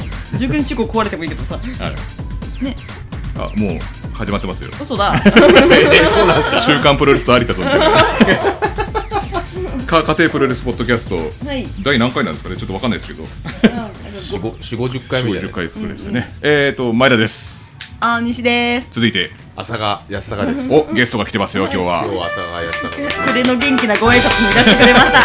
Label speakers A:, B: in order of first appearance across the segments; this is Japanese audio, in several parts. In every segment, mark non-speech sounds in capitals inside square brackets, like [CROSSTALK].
A: にチョコ壊れてもいいけどさ
B: はい
A: ね
B: あもう始まってますよ [LAUGHS]
A: 嘘 [LAUGHS] だ
B: そうなんですか週刊プロレスと有田とみたいなか家庭プロレスポッドキャスト
A: はい
B: 第何回なんですかねちょっとわかんないですけど
C: 四五四五十回目じゃない
B: 50
C: ですか
B: 回プロレスでね、えーと前田です
A: あー西です
B: 続いて
C: 朝が安坂です今
B: おゲストが来てますよ今日
C: 日
B: は
C: は朝が安坂です
A: これの元気なご挨拶に出してくれました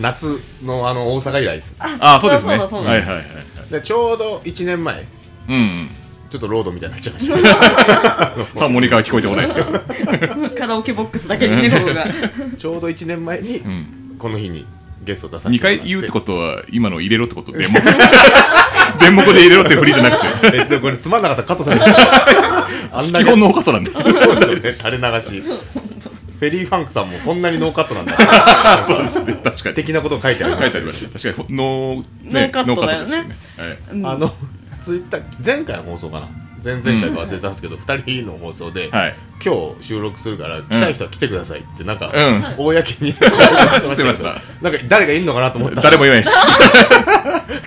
C: 夏のあの大阪以来です
B: あそうですね
A: そうだそうだ
B: はいはいはい
C: でちょうど一年前
B: うんうん
C: ちょっとロードみたいになっちゃいました
B: ハーモニカは聞こえてこないですけど
A: [LAUGHS] カラオケボックスだけにねここ [LAUGHS] が
C: ちょうど一年前に
B: ん
C: この日にゲスト出させ
B: 2
C: てもら
B: 回言うってこととは今の入れろってことでも [LAUGHS] 電目で入れろって振りじゃなくて
C: えでもこれつまんなかったらカットされる
B: [LAUGHS]
C: あんな
B: 基
C: に
B: 本ノーカットなんで
C: [LAUGHS] そうですよね垂れ流しフェリーファンクさんもこんなにノーカットな
B: [LAUGHS]
C: んだ
B: そうですね確かに
C: 的なことを書いてありま
B: 書い
C: して
B: あ
C: た
B: りました確かにノー、
A: ノーカットだよね
B: ノーカットですよねはい
A: うん
C: あのツイッター前回の放送かな前々回か忘れたんですけど、二2人の放送で、
B: はい
C: 今日収録するから来たい人は来てくださいってなんか、
B: うん
C: 公に [LAUGHS] してまし
B: し
C: たけ
B: てま
C: ど
B: した
C: なんか誰がいるのかなと思ったら
B: [LAUGHS] 誰も言わないです。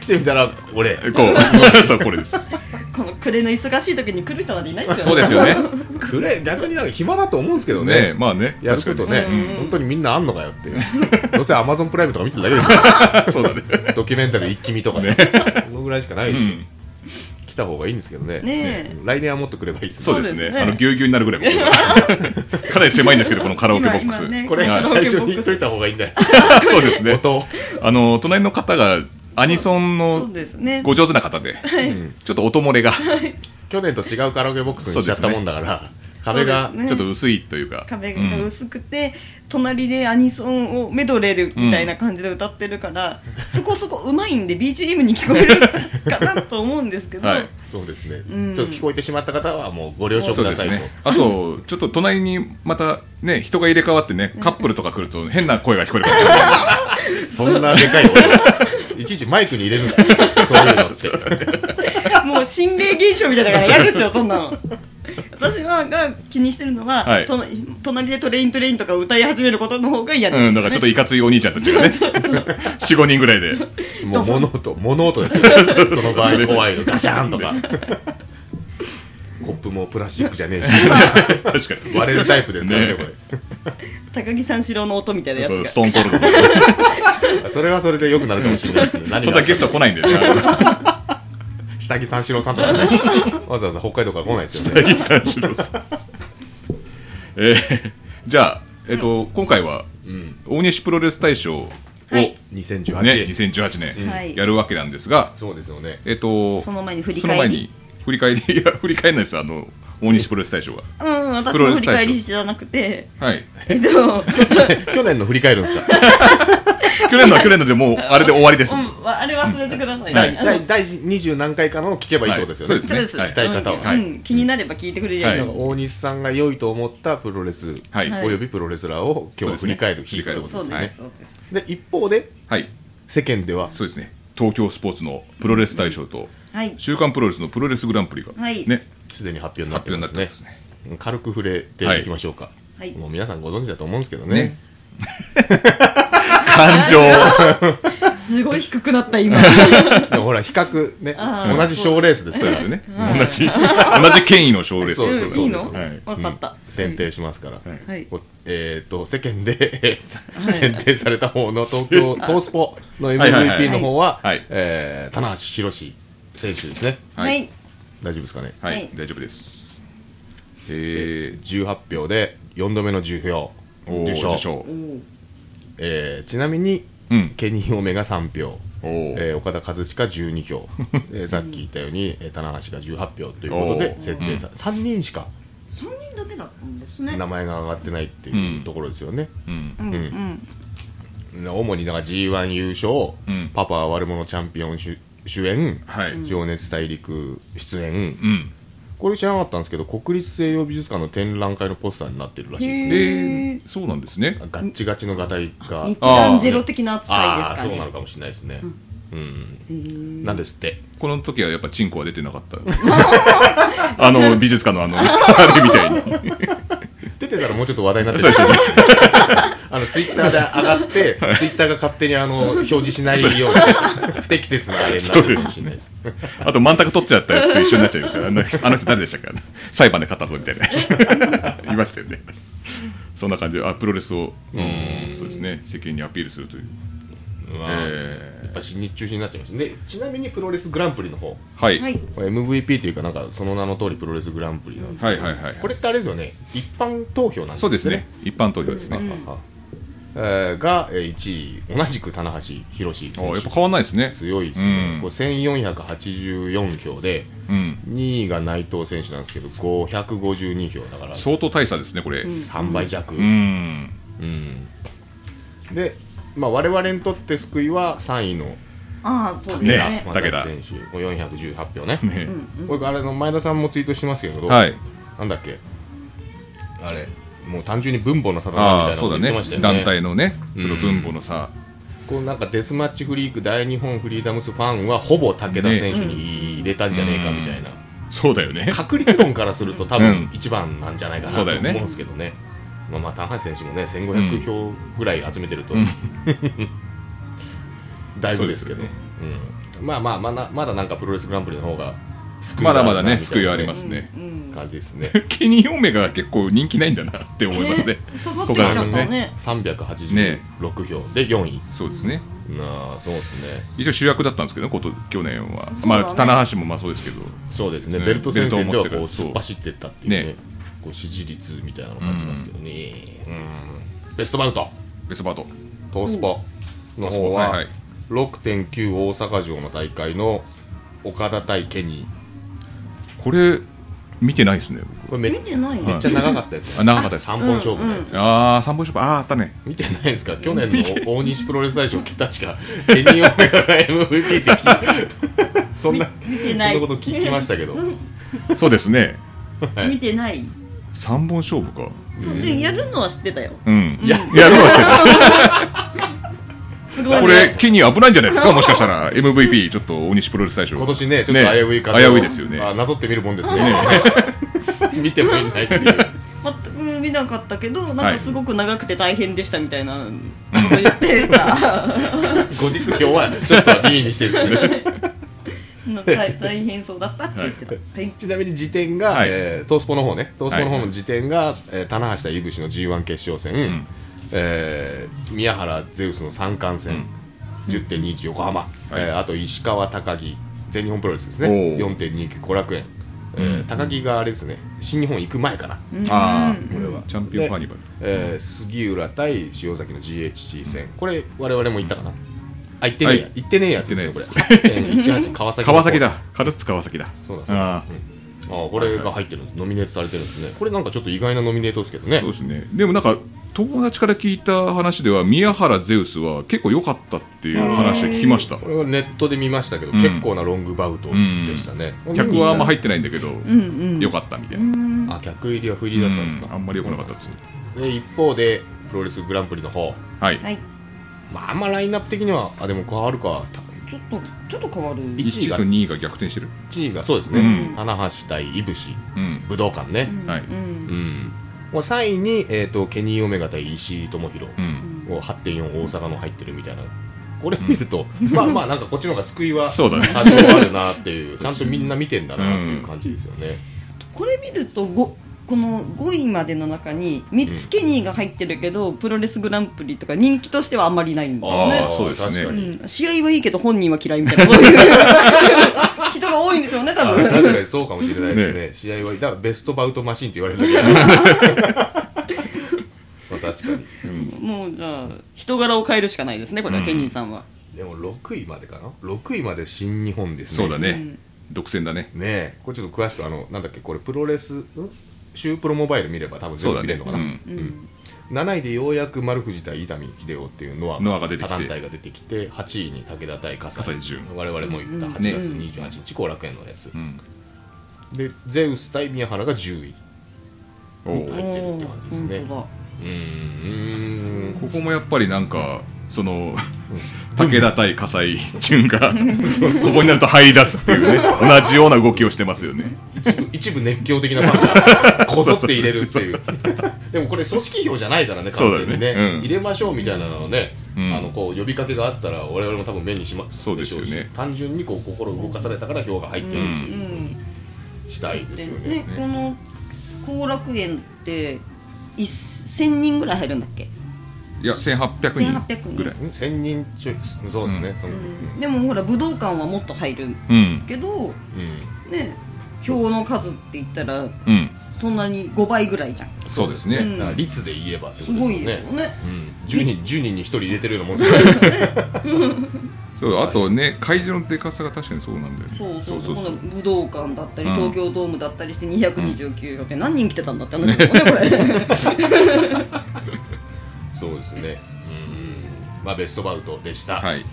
C: 来てみたら俺
B: こう、 [LAUGHS] そう、これです。
A: この暮れの忙しい時に来る人なんていないですよね
B: そうですよね。
C: くれ逆になんか暇だと思うんですけどね
B: ね、まあね、
C: やることね、
A: 確かにねうん
C: 本当にみんなあんのか
B: [LAUGHS]
C: よっていうどうせアマゾンプライムとか見てるだけでし
B: 確 [LAUGHS] かに。そうだね。
C: ょドキュメンタリー一気見とかさ、このぐらいしかな
B: う
C: いでしょ、
B: ん、
C: 来た方がいいんですけどね
A: ねえ
C: 来年はもっとくればいいですね
B: そうで
A: そ
B: す
A: うです
B: ね。
A: ね
B: あのぎゅうぎゅうになるぐらいここ [LAUGHS] が。かなり狭いんですけど、このカラオケボックス。
A: 今今ね
C: これ
B: はい
C: 最初に言っといた方がいいんじゃない
B: [LAUGHS]
C: ですか
B: そうですね。
C: 音
B: あの隣の方がアニソン
A: そう
B: の
A: ですね
B: ご上手な方で、
C: うん
B: ちょっと音漏れがち
C: 去年と違うカラオケボックスにしちゃったもんだから、壁が、
A: そうですね
B: ょっと薄いというか。
A: 壁が薄くて、隣でアニソンをメドレーでみたいな感じで歌ってるから、 [LAUGHS] そこそこうまいんで BGM に聞こえるかなと思うんですけど、
B: はい
C: そうですね、
A: うん
C: ちょっと聞こえてしまった方はもうご了承
B: そ
C: く
B: うで
C: だ
B: す
C: さいと、
B: ね。あとちょっと隣にまたね人が入れ替わってねカップルとか来ると変な声が聞こえるかもしれない。
C: そんなでかい声いちいちマイクに入れるんですかそういうのって
A: もう心霊現象みたいなのが嫌です
B: [LAUGHS]
A: よそんなの。私はが気にしてるのは、
B: はい
A: と隣でトレイントレインとか歌い始めることの方が嫌です、
B: うん、だからちょっといかついお兄ちゃんたちがね、四五人ぐらいで。
C: もう物音物音ですよその場合怖いのガシャーンとかコップもプラスチックじゃねえし
B: 確かに。
C: 割れるタイプですからね
B: ね
C: こ
A: 高木三四郎の音みたいなやつ
B: そう、
A: が
B: ストーンコール
A: [LAUGHS]
B: ド。
C: れそれはそれで良くなるかもしれないですね何
B: そん
C: が
B: なゲスト来ない
A: [LAUGHS]
B: んでね。
C: 下着三四郎さんとかねわざわざ北海道から来ないですよね
B: 大三四郎さん。えーじゃあ、えっと、今回は、大西プロレス大賞を、
A: はい
B: ね、
C: 2018、
B: 2018
A: はい
B: 年、やるわけなんですが、
C: そうですよね [LAUGHS]
B: えっと、
A: その前に振り
B: その
A: 返
B: 前
A: り
B: に、振り返り、いや、振り返らないです、あの、大西プロレス大賞は。
A: うん私
B: プロ
A: の
B: レ
A: 振
B: ス大賞
A: り返りじゃなくて
B: はい。
A: え
B: [LAUGHS]
A: っと
C: 去年の振り返るんですか
B: 去
A: [LAUGHS]
B: 年のは去年のでもう、あれで終わりです。
A: うんわあれ忘れてください、
B: はい
A: あの
C: 第第20何回かのを聞けばいいってことですよね、
B: はいそう
A: そうです、
B: ね
C: したい方は
A: うんうん気になれば聞いてくれりゃいい
C: な
A: の
C: ん
A: が
C: か大西さんが良いと思ったプロレス、
B: はい
A: はい
C: およびプロレスラーを今日は振り返る日ってことで
A: そう
C: す
A: です、
C: ね。
A: そうです
C: で一方で
B: はい。
C: 世間では
B: そうですね。東京スポーツのプロレス大賞と、
A: はい
B: 週刊プロレスのプロレスグランプリが、
A: はい
B: ね、
C: すでに発表になっ
B: 発
C: て
B: 表にな
C: ま
B: っ
C: す
B: てま
C: ね
B: すね。
C: 軽く触れていきましょうか、
A: はい
C: もう皆さんご存知だと思うんですけど
B: ね
C: ね
B: 感情。
A: すごい低くなった今
C: でもほら比較ね
A: あー
C: 同じ賞レースです
B: そうで
C: から
B: すよね。同じ、同じ権威の賞レース
C: そうそう
A: うん
C: そう
A: いいの
C: そう
B: です
A: わかった、
C: 選定しますから、
B: はい
A: はい
C: こえっ、と世間で、
A: い
C: 選定された方の東京トースポの
B: はいはいはい
C: MVP の方は、
B: はい
C: えー棚橋宏選手ですね
A: は
B: はいい。
C: 大丈夫ですかね
B: は
A: はいい、
B: 大丈夫です。え
C: 18票で4度目の10票
B: ー、おー
C: 受賞
B: 受賞
A: お。ー
C: えーちなみに、
B: うん
C: ケニー・オメが3票、
B: お
C: え
B: ー
C: ー岡田和親12票、
B: [LAUGHS]
C: えーさっき言ったように、えー棚橋が18票ということで
B: おー
C: 設定さ、3人しか
A: 三人だけだったんですね
C: 名前が上がってないっていうところですよね、
B: うん。
A: うんう
C: うん
A: ん
C: 主にだから g 1優勝、
B: うん
C: パパは悪者チャンピオン主主演、
B: はい。
C: 情熱大陸出演
B: うん。
C: これ知らなかったんですけど国立西洋美術館の展覧会のポスターになってるらしいです
B: え
C: ね
A: へー
B: ー、そうなんですね。
C: ガッチガチのガタイが
A: ミキランジェロ的な
C: あ
A: 扱い
C: あー
A: で
C: そう
A: す
C: な
A: か
C: の
A: ね
C: かもしれないですねうん、
A: へー
C: なんですって
B: この時はやっぱチンコは出てなか [LAUGHS] った。あの、美術館の [LAUGHS] あの、あれみたいに。
C: 出てたらもうちょっと話題になってるあのツイッターで上がって、ツイッターが勝手にあの表示しないように不適切なあれになってるかもしれないです
B: あと、満卓取っちゃったやつと一緒になっちゃいますから、あのあの人誰でしたっけ裁判で勝ったぞみたいなや [LAUGHS] つ。いましたよね。そんな感じで、あ、プロレスを、うん、そうですね、世間にアピールするという。
C: うわ
B: えー
C: やっぱし日中心になっちゃいますでちなみにプロレスグランプリの方
B: はい。
A: はい
C: これ MVP というかなんかその名の通りプロレスグランプリなんですけど、
B: はいはいはい
C: これってあれですよね一般投票なんです
B: そ
C: よ
B: うですね。一般投票ですね。
C: ははえーがえー1位同じく棚橋宏選
B: あやっぱ
C: 手
B: 変わんないですね。
C: 強いですね、
B: うん
C: これ1484票で
B: うん。
C: 2位が内藤選手なんですけど552票だから
B: 相当大差ですね、これ。う
C: 3倍弱、
B: ん。
C: うんで、まあ、我々にとって救いは3位の
A: ああそうですね
B: ね
C: 松
B: 武田
C: 田選手これ418票ね
B: ね
A: うんうん
C: これあれの前田さんもツイートしてますけど、
B: はい。
C: なんだっけあれもう単純に分母の差だな
B: あ
C: みたい
B: あ、
C: な
B: そ
C: こ
B: うだ
C: と言っ
B: ね
C: てました。よね
B: 団体のね、その分母の差。
C: こうなんかデスマッチフリーク大日本フリーダムスファンはほぼ武田選手に入れたんじゃねえかみたいな、
B: そうだよね。
C: [LAUGHS] 確率論からすると多
B: う
C: 分
B: ん
C: 一番なんじゃないかなと
B: そう
C: 思
B: だ
C: う
B: よ
C: ん
B: ね
C: ですけどねまあまあ田橋選手もね1500票ぐらい集めてると、
B: うん
C: [LAUGHS] だいぶですけど
B: そうで
C: うんまあまあまだまだなんかプロレスグランプリの方が救
B: まだまだ
C: があ
B: ね、
C: るなみたい
B: 救
C: ない
B: はありますね。
A: うんうん
C: 感じですね
B: ケニー・オメガが結構人気ないんだなって思いますね
A: ね。下がっ
B: こ
A: てき
B: こら
A: ちゃ
B: 辺
A: っ
B: も
A: た
B: ね。
A: ね
C: 386
B: ね
C: 票で4位
B: そうですね。
C: なあそうですね
B: 一応主役だったんですけどね、こと去年は。
A: ね
B: まあ、棚橋もまあそうですけど。
C: そうですね、
B: ね
C: ベルト戦線では
B: ベル
C: こ
B: ト
C: う
B: を持ってる
C: 突っ走ってったっていうね
B: ね
C: こう支持率みたいなのを感じますけどね、うんベストバウト
B: ベストバート。
C: トースポの方
B: うんはい
C: は
B: はい
C: 6.9大阪城の大会の岡田対ケニー
B: これ、見てないですね、僕。
C: これめ
A: 見
C: め
A: てない
B: は
A: ね
B: い
C: っちゃ長かったやつ、
B: あ長かったです
C: 3本勝負のやつ、
B: ああ、三本勝負、ああ、あった [LAUGHS] ね。
C: 見てないですか去年の大西プロレス大賞確かケニー・オメガが
A: [LAUGHS]
C: MVP って聞いそんな
A: 見てない
C: そんなこと聞きましたけど
B: そうですね。
C: はい
A: 見てない
B: 三本勝負か。
A: そうでやるのは知ってたよ
B: うん。
C: いや
B: や
C: [LAUGHS]
B: るのはしてる。
A: すごいね
B: これ、ケニー危ないんじゃないですか、もしかしたら。MVP、ちょっと大西プロレス大賞。
C: 今年ね、ちょっと危うい
B: ね
C: 風を
B: 危ういですよね。
C: あなぞってみるもんですね。 [LAUGHS] 見てもいないっていう。
A: 全く見なかったけどなん
B: は
A: か
B: い
A: すごく長くて大変でしたみたいなこと言って
C: [LAUGHS]
A: た
C: 後日今日はちょっといいにしてです
B: [LAUGHS]
C: ね。 [LAUGHS]
A: なんか大大変そうだったって言ってたはい
C: ちなみに時点が、
B: はい
C: えートースポの方ね、トースポの方
B: は
C: の時点が、えー棚橋対井口の G1 決勝戦、
B: ん
C: えー宮原ゼウスの三冠戦、10.21横浜、えーあと石川高木全日本プロレスですね、
B: おー
C: 4.29後楽園、えー
B: うん
C: 高木があれですね、新日本行く前かな。
B: ああ、
C: これは
B: チャンピオンカーニバル。
C: えー杉浦対塩崎の GHC 戦、これ、我々も行ったかな、あ行ってねえや、
B: はい
C: 行ってねえやつですよ、これ、
B: 行っ
C: 8.18、川崎の
B: 川崎だ。カルツ川崎だ。
C: そうだそうだ
B: ああ。
C: あーこれが入ってるんです、ノミネートされてるんですね、これなんかちょっと意外なノミネートですけどね
B: そう、ですね。でもなんか友達から聞いた話では宮原ゼウスは結構良かったっていう話を聞きました。
C: これはネットで見ましたけど、
B: うん
C: 結構なロングバウトでしたね、
B: 客はあんま入
C: っ
B: ってないんだけど、
A: うんうん
B: 良かったみたいな。
C: あ客入りは不入りだったんですか、
B: うんあんまり良くなかったですね。
C: で一方で、プロレスグランプリの方
B: はい。
A: はい
C: まああんまラインナップ的には、あでも変わるか、
A: ちょっとちょっと変わる
C: い一位
B: 1
C: が
B: と2位が逆転してる。
C: 1位がそうですね、
B: うん
C: 花橋対いぶし、
B: うん。
C: 武道館ね。
B: はい
A: うん
C: うん、もう3位に、えー、とケニー・オメガ対石井智弘
B: うん。
C: を8.4大阪の入ってるみたいなこれ見ると、まあまあなんかこっちの方が救いは
B: そうだね
C: 多少あるなって
B: [LAUGHS]
C: いうちゃんとみんな見てんだなっていう感じですよね、
A: これ見るとごこの5位までの中に3つケニーが入ってるけど、プロレスグランプリとか人気としてはあんまりないんです
B: あ
A: ね
B: ー、そうですね
C: 確かに、
A: うん、試合はいいけど本人は嫌いみたいなそういう人が多いんでしょうね多
C: あ
A: 分
C: 確かにそうかもしれないですね試合はだからベストバウトマシンって言われるだけなんですね [LAUGHS] まあ確かに
B: うん
A: もうじゃあ人柄を変えるしかないですねこれは、
B: うん
A: ケニーさんは
C: でも6位までかな6位まで新日本ですね
B: そうだ
A: う
B: ね
A: ん。
B: 独占だね。
C: ねえこれちょっと詳しくあのなんだっけこれプロレスんシュープロモバイル見れば多分全部見れるのかな、
B: そうだね
A: うん
C: 7位でようやく丸藤対伊丹秀夫っていうノア
B: ノアが出てきて
C: 他団体が出てきて8位に武田対葛
B: 葛
C: 西
B: 西潤
C: 我々も言った
A: うん
C: 8月28日後楽園のやつ、
B: うん。
C: でゼウス対宮原が10位
B: おお。
C: 入ってるって感じですね
A: おー本
C: うーん
B: ここもやっぱりなんかその武田対葛西潤がそこになると入り出すっていう
A: [LAUGHS]
B: ね同じような動きをしてますよね
C: 一 [LAUGHS] 部一部熱狂的な [LAUGHS] ファンがこぞって入 [LAUGHS] れるっていうでもこれ組織票じゃないからね完全に
B: そうだ
C: ね
B: よねうん
C: 入れましょうみたいなのをね
B: うん
C: あのこう呼びかけがあったら我々も多分目にします
B: そうですよね
C: しょし単純にこう心動かされたから票が入ってるっていう次第で
A: です
C: よ
A: ね
C: ね。
A: この後楽園って1000人ぐらい入るんだっけ、
B: いや
A: 1800
B: 1800人
A: 人
B: ぐらい、
C: うん千人ちょいそうですね。その
A: でもほら武道館はもっと入る
B: うん
A: けど
C: うん
A: ね票の数って言ったら
B: うん、
A: そんなに5倍ぐらいじゃん
B: そうです
A: う
B: ね、
A: ん
C: だから率で言えばってこ
A: す
C: とです
A: ご
C: よ
A: いよ
C: ね。
A: ね
C: うん10人10人に1人入れてるようなもんですから
B: そうあとね会場のでかさが確かにそうなんだよね
A: そうそう
B: そ
A: そうう
B: そう
A: この武道館だったり、
B: うん
A: 東京ドームだったりして229票で、何人来てたんだって話だもんねこれ
C: [LAUGHS] そうですね。うんまあベストバウトでした。
B: はい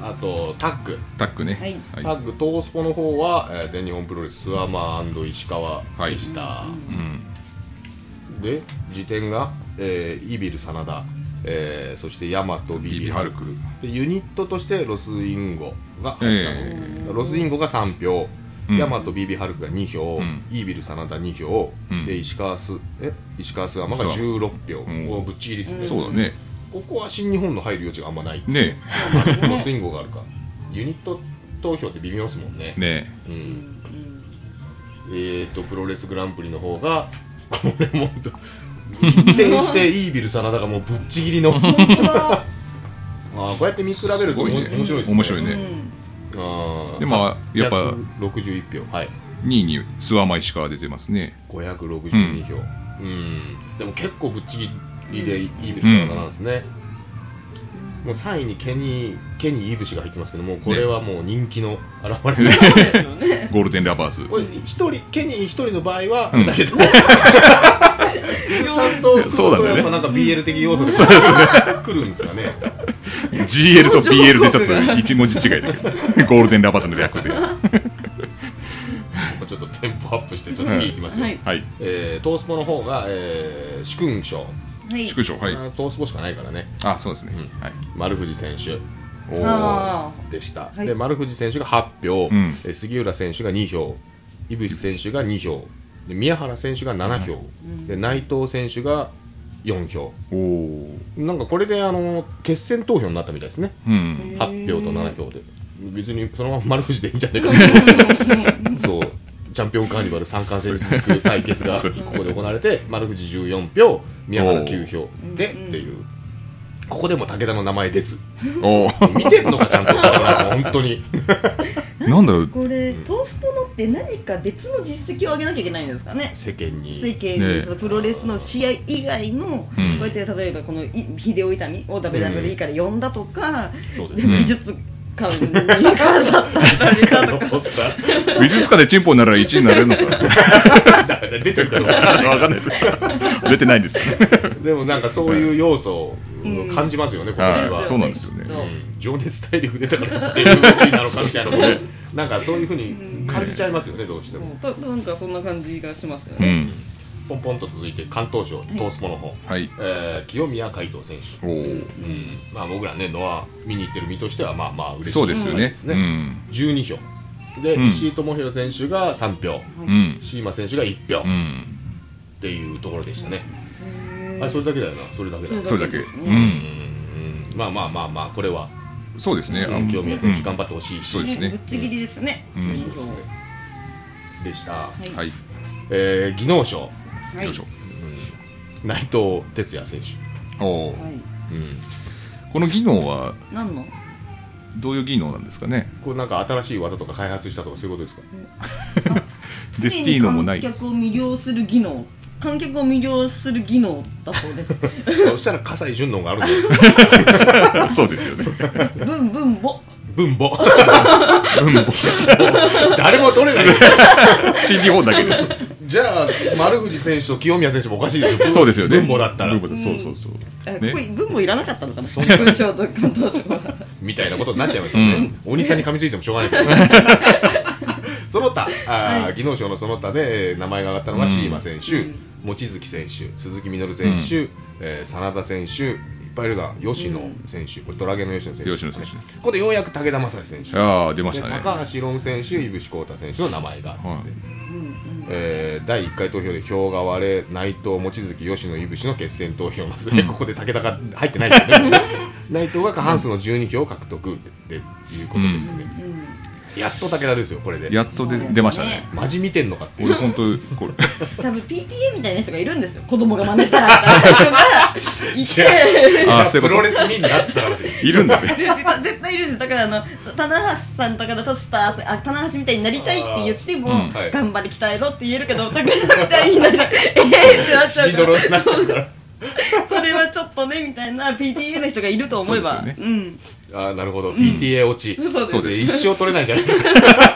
C: あとタッグ。
B: タックね
A: はい
B: はい
C: タッグ東スポの方は、えー全日本プロレススワマー石川でした、
B: うん
C: で次点が、えーイービル真田、えーそしてヤマトビビハルクでユニットとしてロスインゴが入ったの、
B: え
C: ロスインゴが3票、
B: うん
C: ヤマトビビハルクが2票、
B: うん
C: イービル真田2票、
B: うん
C: で石川すえ石川スワマが16票、
B: ん
C: こうぶっちぎりですね、
B: そうだね
C: ここは新日本の入る余地があんまない
B: ね
C: ロスインゴがあるかユニット投票って微妙ですもんね
B: えね
C: うんえー、とプロレスグランプリの方がこれもうど一転してイービル真田がもうぶっちぎりのあ
A: 本当だ、
C: ーこうやって見比べるとお
B: すごい
C: も、
B: ね
C: 面白いですね
B: 面白いね
C: あー
B: でまあやっぱ
C: 161票はい
B: え2位に諏訪間石川出てますね
C: 562票うん、でも結構ぶっちぎりでイービル真田なんですね、もう3位にケニーケニーイーブシが入ってますけどもうこれはもう人気の表れです、
B: ゴールデンラバーズ
C: これ一人ケニー一人の場合は、
B: うん [LAUGHS]
C: だけどさんと
B: そうなんだよね
C: やっぱなんか BL 的要素で来るんですかね
B: GL と BL でちょっ
A: [LAUGHS]
B: と一文字違いだけどゴールデンラバーズの略では
C: ちょっとテンポアップしてちょっと次いきますよ、
A: はい
B: い
C: えー、トースポの方が、えー、主君賞、
A: はい
B: 縮小はい
C: あートースポしかないからね
B: あそうですね
C: うん
B: はい
C: 丸藤選手
A: あ
C: でした、
A: はい
C: で丸藤選手が8票、
B: うん
C: えー杉浦選手が2票井渕選手が2票で宮原選手が7票、
A: ん
C: で内藤選手が4票
B: おお
C: なんかこれであの決選投票になったみたいですね
B: うん
C: 8票と7票で別にそのまま丸藤でいいんじゃないかなそうチャンピオンカーニバル三冠戦に続く対決が
B: そ
C: こ
B: う
C: こで行われて丸藤14票宮原
B: おー
C: 9票でっ
A: うん
C: ていうここでも武田の名前です
B: おお
C: 見てんのかちゃんと本当に
B: なんだろ [LAUGHS] う
A: これトースポのって何か別の実績を上げなきゃいけないんですかね
C: 世間
A: 世
C: に
A: 間
B: ね
A: にそのプロレスの試合以外の、こうやって例えばこのい秀夫痛みを WWE から呼んだとか、
C: そうです
A: で [LAUGHS]
C: ね
A: 美術館に飾ったりとか
C: あのポスター
B: 美術館でチンポになら1位になれるのかな
C: [LAUGHS] 出てるかどうか
B: わかんないです出てないんですよね
C: でもなんかそういう要素を
A: うん
C: 感じますよね今年
B: は
C: はい
B: そうなんですよね
C: うん情熱大陸出たからっていう動きなのかみたいなことをなんかそういうふうに感じちゃいますよねどうしても
A: そうとなんかそんな感じがしますよ
B: う
A: ね、
B: ん
C: ポンポンと続いて関東賞トースポの方、
B: はい
C: えー清宮海斗選手、
B: おお
C: うんまあ、僕らねノア見に行ってる身としてはまあまあ嬉しい
B: そうですよね
C: です
B: う
C: ね
B: ん
C: 12票で、
B: うん
C: 石井智弘選手が3票
B: うん
C: シーマ選手が1票っ
B: うん
C: ていうところでしたね、
A: へー
C: あそれだけだよなそれだけだよ
B: それだけうん
C: うんまあまあまあまあこれは
B: そうですね。あ
C: うん清宮選
B: う
C: 手
B: ん
C: 頑張ってほしいし、
B: そうですね
A: ぶっちぎりですね、
B: うん
A: 順位
C: そうですねでした、
A: 表
B: はい、
C: えー、技能賞
A: はい
B: よいしょ。
C: 内藤哲也選手、
B: おー
A: はい
B: この技能は
A: 何の
B: どういう技能なんですかね。
C: これなんか新しい技とか開発したとかそういうことですか
B: デスティーノもない
A: 常に。観客を魅了する技能観客を魅了する技能だそうです
C: そしたら葛西純能があるんじゃないです [LAUGHS]
B: [LAUGHS]
C: か
B: そうですよね。
A: ブンブンボ
C: 分母誰も取れない
B: 新日本だけで。
C: [LAUGHS] じゃあ丸藤選手と清宮選手もおかしいでしょ
B: そうですよね。
C: 分母だったら
B: 分母だそうそうそう。
A: あこ
B: ね
A: こ文もいらなかったのかな身 [LAUGHS] 分証と関東証は
C: みたいなことになっちゃいますよね、鬼さんに噛みついてもしょうがないですよねその他あー、技能賞のその他でえー名前が挙がったのがシーマ選手、
A: うん
C: 望月選手鈴木みのる選手、えー真田選手いっぱいいるな吉野選手、これドラゲの吉野選手
B: 吉野選手
C: ここでようやく武田正史選手
B: ああ出まし
C: で
B: たね。
C: 高橋論選手、井渕幸太選手の名前がつって、
A: うん
B: はい
A: うん
C: えー第1回投票で票が割れ内藤望月吉野井伏の決選投票の末、
B: うん
C: ここで武田が入ってないですよ
A: [LAUGHS]
C: ね内藤が過半数の12票を獲得っていうことですね、やっと武田ですよこれで
B: やっとで出ましたね。
C: マジ見てんのかっていう
B: 俺本当これ
A: 多分 PTA みたいな人がいるんですよ子供が真似したらみたいな人がいて
B: あそういうこ
C: プロ
B: と
C: レス見んなって
A: [LAUGHS]
C: 話
B: いるんだね。
A: で絶対絶対いるんですだからあの棚橋さんとかだとスターあ棚橋みたいになりたいって言っても、
B: うん
C: はい
A: 頑張り鍛えろって言えるけど高田みたいになりたいええってなっちゃう
C: 血み
A: か
C: どろ
A: ら
C: になっちゃうから
A: それはちょっとねみたいな PTA の人がいると思えば
B: そう
A: う,、
B: です
A: ん
C: あーなるほど PTA 落ち、
A: そうです
B: そうです
C: で一生取れないじゃないですか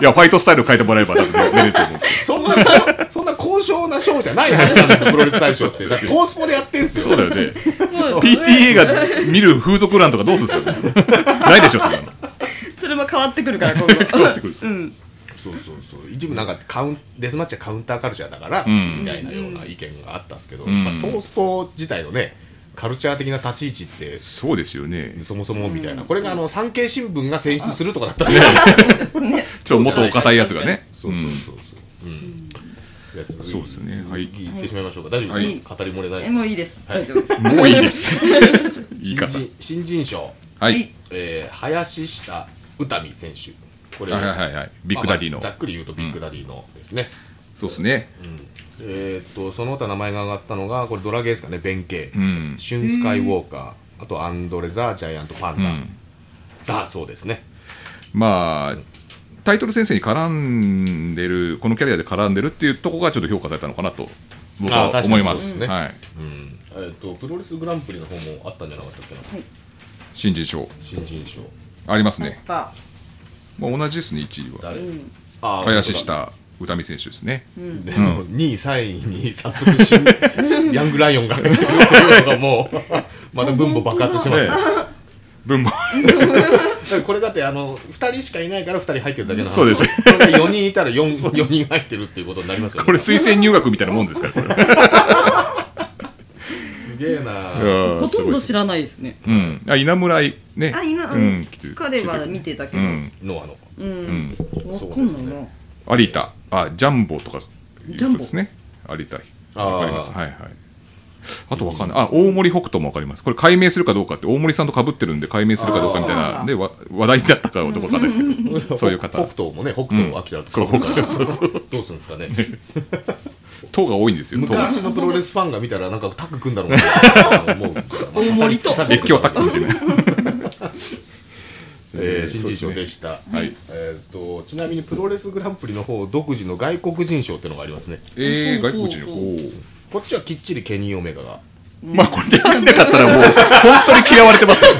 B: いやファイトスタイル変えてもらえば多分出れると思うんですけ
C: そんなそんな高尚な賞じゃないはずなんですよプロレス大賞ってだってトースポでやってんすよ
B: ど。そうだよね。
A: そうです
B: PTA が見る風俗欄とかどうするんです
C: [LAUGHS]
B: か、ないでしょそんなの。
A: それも変わってくるから今後
B: 変わってくる
A: うん
C: そうそうそう一部なんかカウンデスマッチはカウンターカルチャーだから、
B: うん
C: みたいなような意見があったんですけど、
B: うん
C: まあ、トースポ自体のねカルチャー的な立ち位置って
B: そうですよね。
C: そもそもみたいな、これがあの産経新聞が選出するとかだったんで、
A: そうですね
B: ちょっと元お堅いやつがね。
C: そうそうそうそう、うんじゃあ続いて
B: そうですねはい
C: 次行ってしまいましょうか大丈夫ですか、語り漏れない
A: えもういいです、
C: はい
A: 大丈夫です
B: うんもういいです。言い
C: [LAUGHS] 新
B: 方。
C: 人新人賞、
B: はい。
C: えー、林下宇多美選手これ、
B: はいはいはいはい。ビッグダディ
C: ま
B: の
C: あ。ざっくり言うとビッグダディのですね、
B: そうですね。
C: えーっとその他名前が挙がったのがこれドラゲーですかね弁慶、
B: うん。
C: シュン・スカイウォーカーあとアンドレ・ザ・ジャイアント・パン
B: う
C: ダ、
B: ん。
C: だそうですね
B: まあ、タイトル先生に絡んでる、このキャリアで絡んでるっていうところがちょっと評価されたのかなと、僕
C: あ
B: は
C: 確かに
B: 思いま
C: そう
B: す。
C: ですね
B: はい。
C: うんえーっとプロレスグランプリの方もあったんじゃなかったっけな
B: 新人賞。
C: 新人賞
B: ありますね。
A: あ
B: まあ、同じですね、1位は。
C: 誰、
A: うん
C: あー
B: 林下宇多美選手ですね。
A: うん
C: でも2位3位に早速新ヤングライオンが入ってくるという [LAUGHS] のがもうまた分母爆発してますね
B: ええ分母。
C: だからこれだってあの2人しかいないから2人入ってるだけなの
B: そうです
C: これが4人いた
B: [LAUGHS]
C: ら 4, 4人入ってるっていうことになりますよね
B: これ推薦入学みたいなもんですから、これ。
C: すげえなあ
B: ほ
A: ほとんど知らないですね
B: うん、あ稲村いね。
A: あ稲
B: うん、来て
A: 彼は見てたけ
B: う
A: ど
B: ん、
C: ノアの
A: う
B: うんん、
A: わかんないな、
B: 有田、あ、ジャンボとか。
A: ジャンボ
B: ですね。有田。
C: あー
B: わかります。はいはい。あとわかんない。あ、大森北斗もわかります。これ解明するかどうかって、大森さんと被ってるんで、解明するかどうかみたい
A: あ
B: な、
A: ー
B: で、わ、話題になったかはちょっとわかんない
A: [LAUGHS]
B: ですけど。そういう
C: 北
B: 方。
C: 東もね北東明とか、
B: うんそう北斗
C: そうどうするんですかね
B: 党が多いんですよ。党が
C: 昔。のプロレスファンが見たらなんかタッグ組んだろうなもう
A: 大森と
B: 越境タックみたいな。
C: [LAUGHS] えー新人賞でした、
B: はい。
C: えーっとちなみにプロレスグランプリの方独自の外国人賞っていうのがありますね
B: えー、
A: ほう
B: 外
A: ほうほう
B: 国人の。お
C: こっちはきっちりケニー・オメガが
B: ーまあ、これで入んなかったら、もう、本当に嫌われてますよ。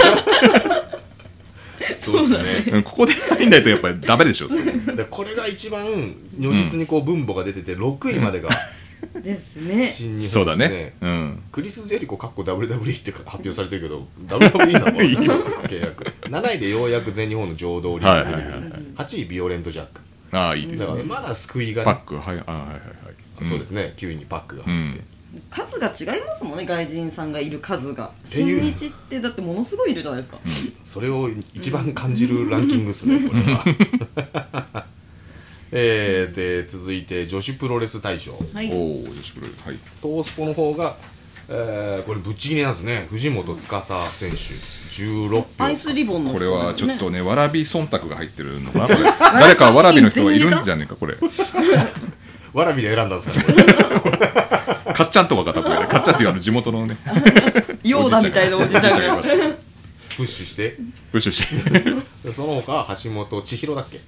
C: そうですね
B: うんここで入んないと、やっぱりダメでしょって。
C: でこれが一番如実にこう分母が出てて、6位までが
A: ですね
C: 新日
B: そ
C: 本
B: う
C: で
B: だ
C: す
B: ね。うん。
C: クリス・ゼリコかっこ WWE って発表されてるけど WWE なの契約7位でようやく全日本の浄土リ
B: はい
C: ー
B: はい
C: グ
B: はい
C: 出てく
B: は
C: る
B: い。
C: 8位ビオレント・ジャック
B: ああ、いいで
C: だ
B: す
C: から
B: ね。
C: まだ救いが
B: パ
C: ね、
B: ック、はい、あ、はい、はい、はい。
C: そうですね9位にパックが、
B: うん。
A: 数が違いますもんね外人さんがいる数が
C: てい
A: 新
C: う
A: 日ってだってものすごいいるじゃないですか、
C: それを一番感じるランキングですねこれは [LAUGHS] えー、で続いて女子プロレス大賞
A: は
B: う
A: い
B: ん。おお、女子プロレス。はい。
C: トースポの方が、えー、これぶっちぎりなんですね藤本司選手16
A: アイ
C: 票
A: スリボンの
B: これはちょっと
A: ね
B: ね、わらび忖度が入ってるのかな、これ。誰かわらびの人がいるんじゃねえか、これ。
C: わらびで選んだんですかね
B: かっちゃんとかが多分、かっちゃんっていうあの地元のね。
A: ヨーダみたいなおじちゃんが
B: おじいちゃんがいま
C: プッシュして
B: プッシュして。
C: でその他橋本千尋だっけ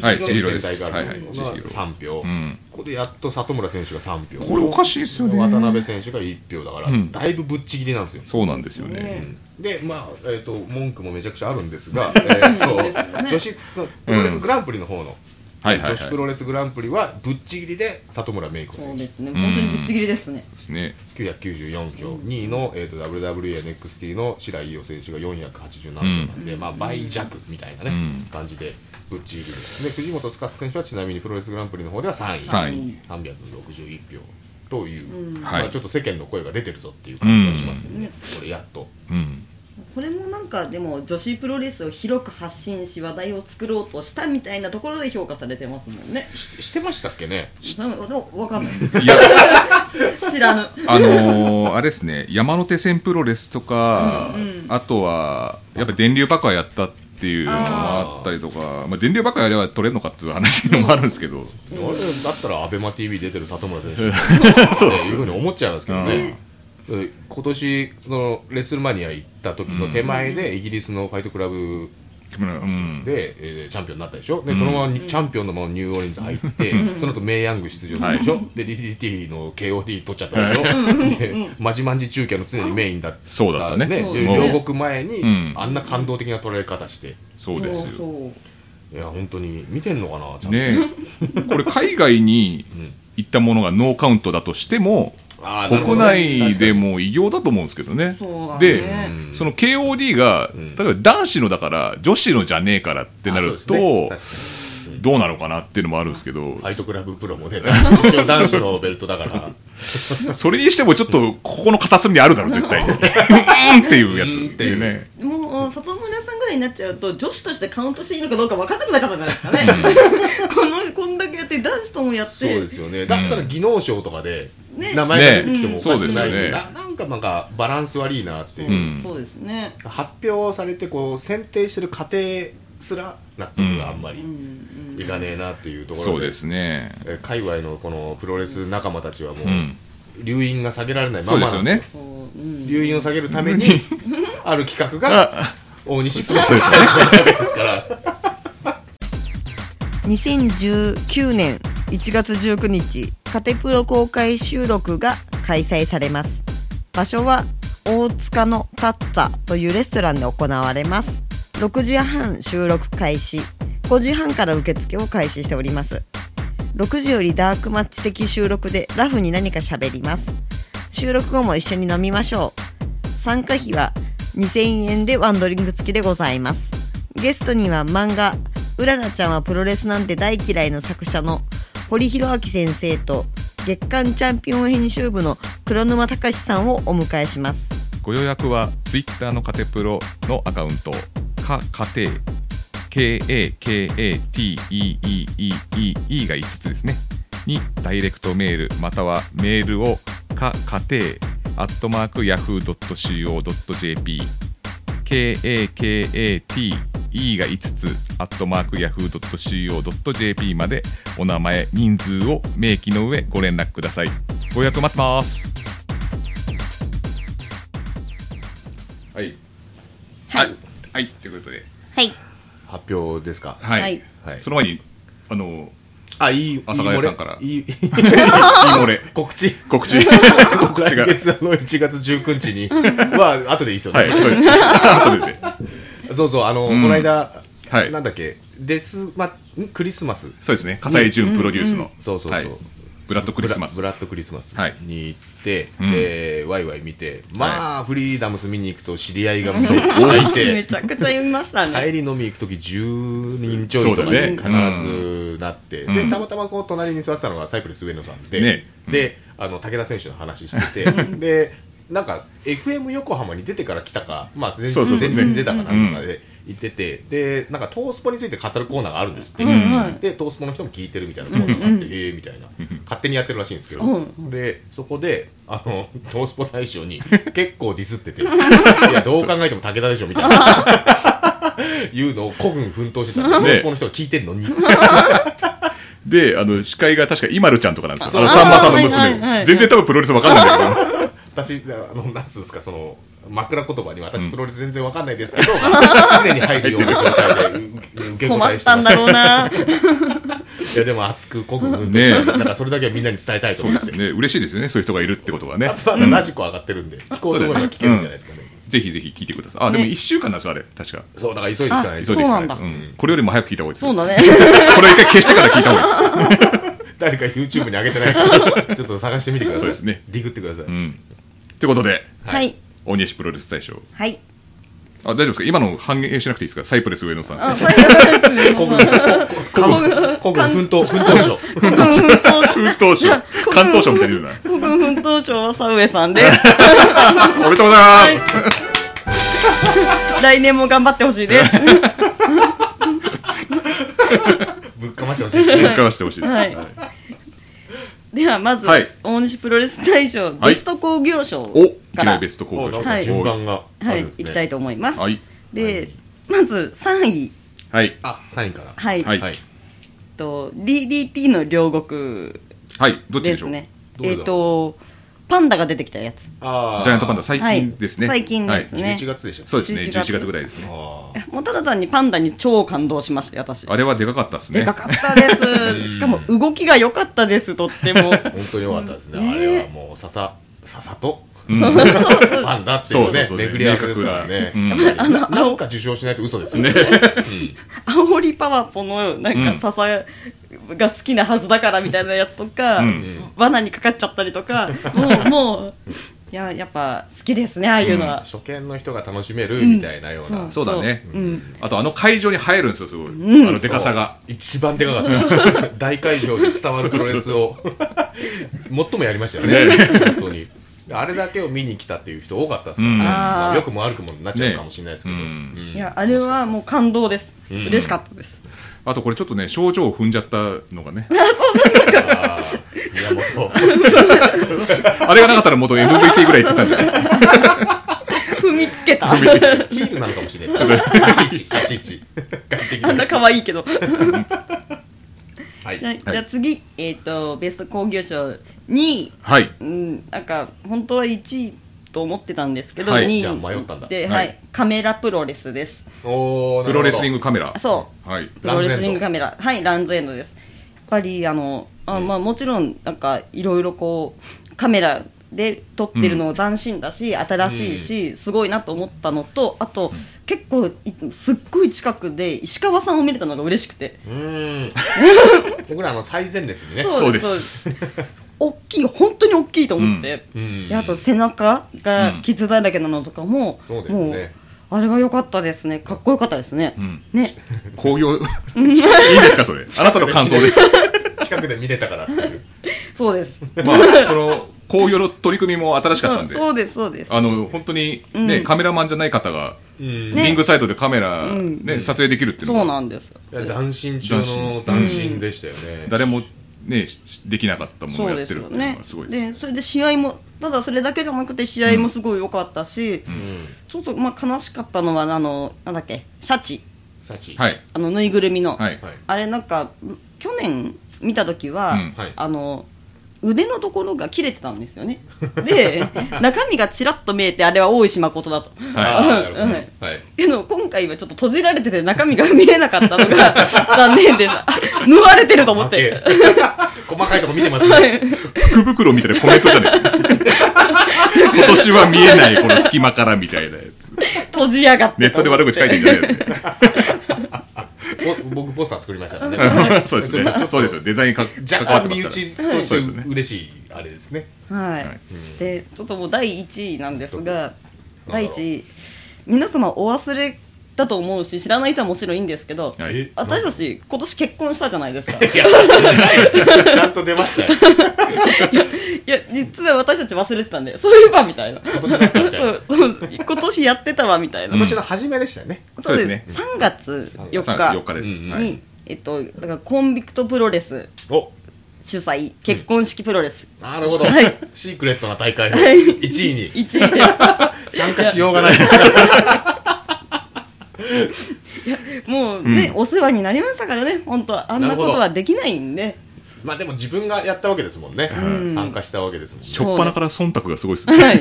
B: はい千尋
A: で
B: です
C: 仙台ガールズ
B: はい
C: が
B: はい千尋
C: 3票、
B: うん。
C: ここでやっと里村選手が3票
B: これおかしいですよね。
C: 渡辺選手が1票だから、
B: うん
C: だいぶぶっちぎりなんですよ
B: そうなんですよね。
A: ね
C: でまあ、えー、と文句もめちゃくちゃあるんで
A: [LAUGHS]
C: すが、えーと
A: そうですよね
C: 女子のプロレスグランプリの方の、
B: はいはい
C: 女
B: は
C: 子
B: い。
C: プ
B: で
C: ロレスグランプリはぶっちぎりで里村芽衣
A: そう
C: 子
A: で
C: 選
A: すね本当にぶっちぎりですね
B: すね。
C: 手994票、2位の、えー、と WWENXT の白井伊代選手が487票なんで、まあ、倍弱みたいな、ね
B: うん
C: 感じでぶっちぎりですで藤本司選手はちなみにプロレスグランプリの方では3位
B: 三
A: 位
C: 361票という、
A: うん
C: ま
B: は
C: あ、
B: い
C: ちょっと世間の声が出てるぞっていう感じがしますけどね、
A: うん
C: これやっと。
B: うん。
A: これもなんかでも女子プロレスを広く発信し話題を作ろうとしたみたいなところで評価されてますもんね
C: ししてましたっけね
A: なんでもわかんない
B: いや
A: 知らぬ
B: あのーあれですね山手線プロレスとか、
A: うんうん
B: あとはやっぱ電流爆破やったっていうのもあったりとかまあ、電流爆破やれば取れるのかっていう話もあるんですけど、
C: あれだったらアベマ t v 出てる里村選手
B: そう
C: っていうふうに思っちゃうんですけどね
B: う、
C: うん今年そのレッスルマニア行った時の手前で、イギリスのファイトクラブ
B: うん、
C: で、えーチャンピオンになったでしょ、
B: う
C: で
B: ん
C: そのままにチャンピオンのままニューオリンズ入って、その後メイ・ヤング出場するでしょ、で DDT の KOD 取っちゃったでしょ、でまじまんじ中継の常にメインだった、
B: そうだったね
C: で
A: そうだね
C: 両国前に、
B: うん
C: あんな感動的な取られ方して、
B: そうですよ
A: そう
C: いや、本当に見てんのかな、ちゃんと。
B: ねえこれ海外に
C: うん
B: 行ったものがノーカウントだとしても
C: あーなるほ
B: 国
C: どね
B: 内でも偉業だと思うんですけどね
A: そうだね
B: で
C: うん
B: その KOD が、
C: ん
B: 例えば男子のだから女子のじゃねえからってなる
C: あ
B: と、
C: そうですね確かにうん
B: どうなのかなっていうのもあるんですけど
C: ファイトクラブプロ
B: [LAUGHS]
C: もね、一応男子のベルトだから、
B: それにしてもちょっとここの片隅にあるだろ絶対
C: [LAUGHS]
B: にうーんっていうやつ
C: う
B: っ
C: んってて
B: い
C: いうう
B: ね
A: もう里村さんぐらいになっちゃうと女子としてカウントしていいのかどうか分かんなくなっちゃったじゃないですかね [LAUGHS] このこんだけやって男子ともやって
C: そうですよね、だったら技能賞とかで、
A: ね
C: 名前が出てきても
B: ね
C: おかし
B: そう
C: くないん
B: ですよね
C: で、ななんかなんかバランス悪いなっていうう、
B: うん
A: んそうですね、
C: 発表されてこう、選定してる過程すら納得があんま
A: う
C: り
A: んうん
C: いかねえなっていうところで、
B: そうですね
C: えー界隈のこのプロレス仲間たちはもう、
B: うん
C: 留飲が下げられないま
B: そう
C: ま
B: で
C: なん
B: すよね
A: そううん
C: 留飲を下げるた
B: [LAUGHS]
C: めに、ある企画が
B: あ
C: 大西プロレス
B: そうですね
C: ですから。
D: 2019年1月19日カテプロ公開収録が開催されます場所は大塚のタッツァというレストランで行われます6時半収録開始5時半から受付を開始しております6時よりダークマッチ的収録でラフに何か喋ります収録後も一緒に飲みましょう参加費は2000円でワンドリンク付きでございますゲストには漫画「うららちゃんはプロレスなんて大嫌い」の作者の堀弘明先生と月刊チャンピオン編集部の黒沼隆さんをお迎えします
E: ご予約はツイッターのカテプロのアカウントかカテ KAKATEEEE が5つですねにダイレクトメールまたはメールをかカテアットマーク Yahoo.co.jp KAKATE が5つアットマーク Yahoo.co.jp までお名前人数を明記の上ご連絡くださいご予約待ってます
B: はい
D: はい
B: はいということで
D: はい
C: 発表ですか。
B: はい、
D: はい
C: はい
B: その前にあの
C: あ、いい、
B: 阿佐ヶ谷さんから
C: いい漏れいい
B: 今俺
C: [LAUGHS] 告知。
B: 告知告知
C: 来
B: が
C: 月の1月19日に、まあ、後でいいですよね。
B: はいそうです後でで
C: そうそう、あの、
B: ん
C: この間、
B: はい
C: なんだっけ、デス、ま、んクリスマス。
B: そうですね笠井純プロデュースの
C: そうそうそう。
B: はいブラッドクリスマス
C: ブラブラッドクリスマス
B: はい
C: に行って、
B: うん
C: で、ワイワイ見て、まあ、フリーダムス見に行くと知り合いがめっちゃい
A: め
C: て、
A: ちゃくちゃ読みましたね
C: 帰り飲み行く時10人ちょいとか
B: そうだね
C: に必ずなって、
B: んうん
C: でたまたまこう隣に座ってたのがサイプレス上野さんで、
B: ね
C: であの武田選手の話しててでなんか FM 横浜に出てから来たか、まあ、前日
B: そうそうそう
C: 前日に出たかなんかで行ってて、でなんかトースポについて語るコーナーがあるんですって、
A: うんうん
C: でトースポの人も聞いてるみたいなコーナーがあって、ええみたいな勝手にやってるらしいんですけど、
A: うん
C: でそこであのトースポ大
B: [LAUGHS]
C: 賞に結構ディスってていやどう考えても武田でしょみたいな。いうのを古軍奮闘してたんですよ、
B: ね
C: トースポの人が聞いてんのに、
B: で、あの、司会が確か、イマルちゃんとかなんですよ。
C: あ
B: さんまさんの
A: はいはいは
B: 娘。
A: い
B: 全然多分プロレスわかんないんだけど。 [LAUGHS]
C: 私、あのなんつうんですか、その枕言葉に私、プロレス全然わかんないですけど、常に入るような状態でう受け
A: 困
C: 答え
A: っ
C: して
A: たん
C: ま
A: だ
C: した。
A: ろうな
C: いや、でも熱く古軍奮闘してたんで、
B: ね
C: だからそれだけはみんなに伝えたいと
B: そ
C: 思
B: うで
C: いますすよ。
B: ね。嬉しいですよね。そういう人がいるってことは
C: [LAUGHS]
B: ね。
C: まだラジコ上がってるんで、聞こうと思えば聞けるんじゃないですかね。
B: ぜひぜひ聞いてください。あ、でも1週間なんですよ、あれ。確か。
C: そう、だから急いで聞かない
B: 急い
C: と
B: で聞
A: そうな
B: か
A: んだ
B: ないと。うんこれよりも早く聞いた方がいいです
A: [LAUGHS] そうだ
B: よ。
A: ね
B: これ一回消してから聞いた方がいいです。
C: 誰か YouTube に上げてないから、ちょっと探してみてください。
B: そうですね
C: ディグってください。
B: うん。ということで、
D: はい
B: 大西プロレス大賞。
D: はい
B: あ、大丈夫ですか今の反映しなくていいですかサイプレス上野
D: [LAUGHS]
B: さん。
A: あそういうことですね
C: 古軍、古軍奮闘、奮闘賞。
A: 古軍奮闘
B: 関東
D: [LAUGHS]
B: 賞。関東賞みたいに言うな。
A: [LAUGHS] 古軍奮闘賞はサウエさんです
B: おめでとうございます。
A: 来年も頑張ってほしいです。
C: ぶっかましてほしいですね
B: ぶっかましてほしいです。
A: はい
B: はい
A: ではまず、
B: はい
A: 大西プロレス大賞ベスト興行賞
B: お、いき
A: か
B: な
A: ら
B: りベスト候
C: お
B: 補賞
C: な
A: は
C: んか
A: い
C: 順番があ
A: はい
C: る
A: 行
C: んですね
A: きたいと思います。
B: はい
A: で、まず3位、
B: はい
C: あサインから
A: はい
B: はい
C: はい
A: と DDT の両国
B: はいどっち
A: で
B: でし
A: す
B: ょう。ジ
A: ね。
C: どれ
A: え
C: だ
A: っ、とパンダが出てきたやつ。
C: あ
B: ャイアントパンダ
C: サ
B: 最近ですね。
A: はい最近です
B: はい
A: ね
C: 11月でしたっけ
B: そうですね。
A: 11
B: 11
A: 月
B: 月ぐらいですね。
C: あ
A: もうただ単にパンダに超感動しまして私。
B: あれはでかかったです
A: で
B: ね
A: か。かったです。しかも動きが良かったですとっても。
C: ー [LAUGHS] 本当に良かったですね、
A: ね
C: あれはもう笹笹と
B: うん
C: パンダっていう
B: そうそう
C: ね
B: そう
C: 巡り合わせですからね
B: 明確
C: うんななんか受賞しないと嘘ですよね
A: 煽りパワポのなんか笹が好きなはずだからみたいなやつとか、
B: うん
C: うん
A: 罠にかかっちゃったりとか、も [LAUGHS] うもういややっぱ好きですねああいうのは。
C: 初見の人が楽しめるみたいなような、
B: そうだね
A: うん。
B: あとあの会場に入るんですよすごい。
A: ん
B: あのでかさが。
C: 一番でかかった大会場に伝わるプロレスを最もやりましたよね本当にあれだけを見に来たっていう人多かったですからね、
B: うん
C: まあ、よくも悪くもなっちゃうかもしれないですけど、
B: ね
C: うん
A: いやあれはもう感動です。
C: ん
A: 嬉しかった [LAUGHS] です。
B: あとこれちょっとね症状を踏んじゃったのがね。 [LAUGHS]
C: あー宮本
B: あれがなかったら元 MVP ぐらいいってたんじゃないですか。
A: 踏みつけた。
C: ヒールなのかもしれないですね立ち位置立ち位置外敵
A: あんな
C: だし
A: 可愛い [LAUGHS] けど。
C: はい
A: はい、じゃあ次、えっ、とベスト興行賞2位、
B: はい。
A: うん、なんか本当は1位と思ってたんですけど、
B: はい
A: 2
C: じゃあ
A: 位
C: 迷ったんだ
A: で、
B: は
A: はいい、カメラプロレスです。
C: おー
B: プロレスリン
C: グ
B: グカメラ。。
A: そう
B: はい。
A: プロレスリングカメラはいランズエンドですやっぱりあのあ、まあもちろんなんかいろいろこうカメラで撮ってるの斬新だし、新しいし、すごいなと思ったのとあと、結構いすっごい近くで石川さんを見れたのが嬉しくて
C: うーん僕らあの最前列にね
A: そうです大きい本当に大きいと思って、
C: うん
A: であと背中が傷だらけなのとかも、
C: そうですね
A: もあれは良かったですねかっこよかったですね、
B: ん
A: ね
B: 工業 [LAUGHS] いいですかそれ。あなたの感
A: [LAUGHS]
B: 想です。
C: 近くで見れたからっていう
A: そうです
B: まあこの工業の取り組みも新しかったんで。
A: そうそうですそうです
B: あの本当にね、
A: うん
B: カメラマンじゃない方が、
C: うん
A: ね
B: リングサイドでカメラ、
A: うん
B: ね撮影できるっていう
A: そう
B: のが
A: なんです
C: いや斬新中の斬新でしたよね、
B: 誰もねしできなかったもの
A: そ
B: を
A: う
B: や
A: で
B: っ
A: す
B: てる
A: よ
B: っていうの
A: ね
B: がすごいです
A: でそれで試合もただそれだけじゃなくて試合もすごい良かったし、
C: うん
A: ちょっとまあ悲しかったのはあのなんだっけシャチ
C: サチ
B: はい
A: あのぬいぐるみの、
B: はい、
C: はい
A: あれなんか去年見た時は、
B: うん
C: はい
A: あの腕のところが切れてたんですよね
B: [LAUGHS]
A: で中身がちらっと見えてあれは大石誠だと。
C: あーなるほ
A: [LAUGHS]
C: ど
A: うん
C: ねはい
A: けど今回はちょっと閉じられてて中身が見えなかったの
B: [LAUGHS]
A: が残念でした縫われてると思って
C: 負け [LAUGHS] 細かいとこ見てますね
B: 福袋みたいなコメントじゃない
A: [LAUGHS]
B: 今年は見えないこの隙間からみたいなやつ
A: 閉じやがって
B: ネットで悪口書いてんじゃないよね
C: ぼ僕ポスター作りましたからね
B: うん [LAUGHS] そうですねそうですよデザインか関
C: 若
B: わっ
C: 干
B: てますから
C: 身内と
B: そうで
C: し
B: す
C: て
B: ね
C: 嬉しいあれですね
A: はい、
B: はい
A: でちょっともう第1位なんですが
C: ょっと
A: 第1位皆様お忘れだと思うし知らない人はもちろんいいんですけど、
B: はい
C: え
A: 私たち今年結婚したじゃないですか
C: いやそんなないですよちゃんと出ましたよ
A: いや実は私たち忘れてたんでそういえばみたいな
C: 今年だったみたい
A: [LAUGHS]
C: な
A: そうそう今年やってたわみたいな、
B: うん
C: 今年の初めでしたよね
B: そうですね
A: 3月4
B: さ
A: 日
B: 4日です、
C: うん
A: に、
B: はい、
A: えっとだからコンビクトプロレス
C: お
A: 主催結婚式プロレス、
C: なるほど
A: はい
C: シークレットな大会の
A: はい
C: 1位に
A: 1位で
C: 参加しようがない
A: もうね、お世話になりましたからね本当はあんなことはできないんで
C: [LAUGHS] まあでも自分がやったわけですもんね
A: ん
C: 参加したわけですもんね
B: しょっぱなから忖度がすごいですね
A: はい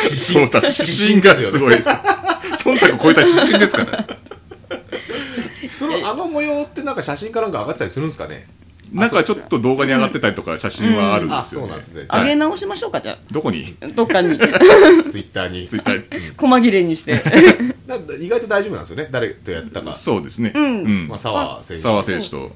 B: [LAUGHS] 忖度指針がすごいです忖度を超えた指針
C: [LAUGHS]
B: ですから
C: そのあの模様ってなんか写真かなんか上がってたりするんですかね
B: なんかちょっと動画に上がってたりとか写真はあるんで
C: あ
B: す
C: そ
B: よ
C: う
B: ね
C: なんですね
A: 上げ直しましょうかじゃ
B: どこに
A: あどっかに
C: ツイッターに
B: ツイッター
A: 細切れにして
C: なんか意外と大丈夫なんですよね誰とやったか
B: そうですね。
A: うん
C: まあ澤選手
B: 澤選手と。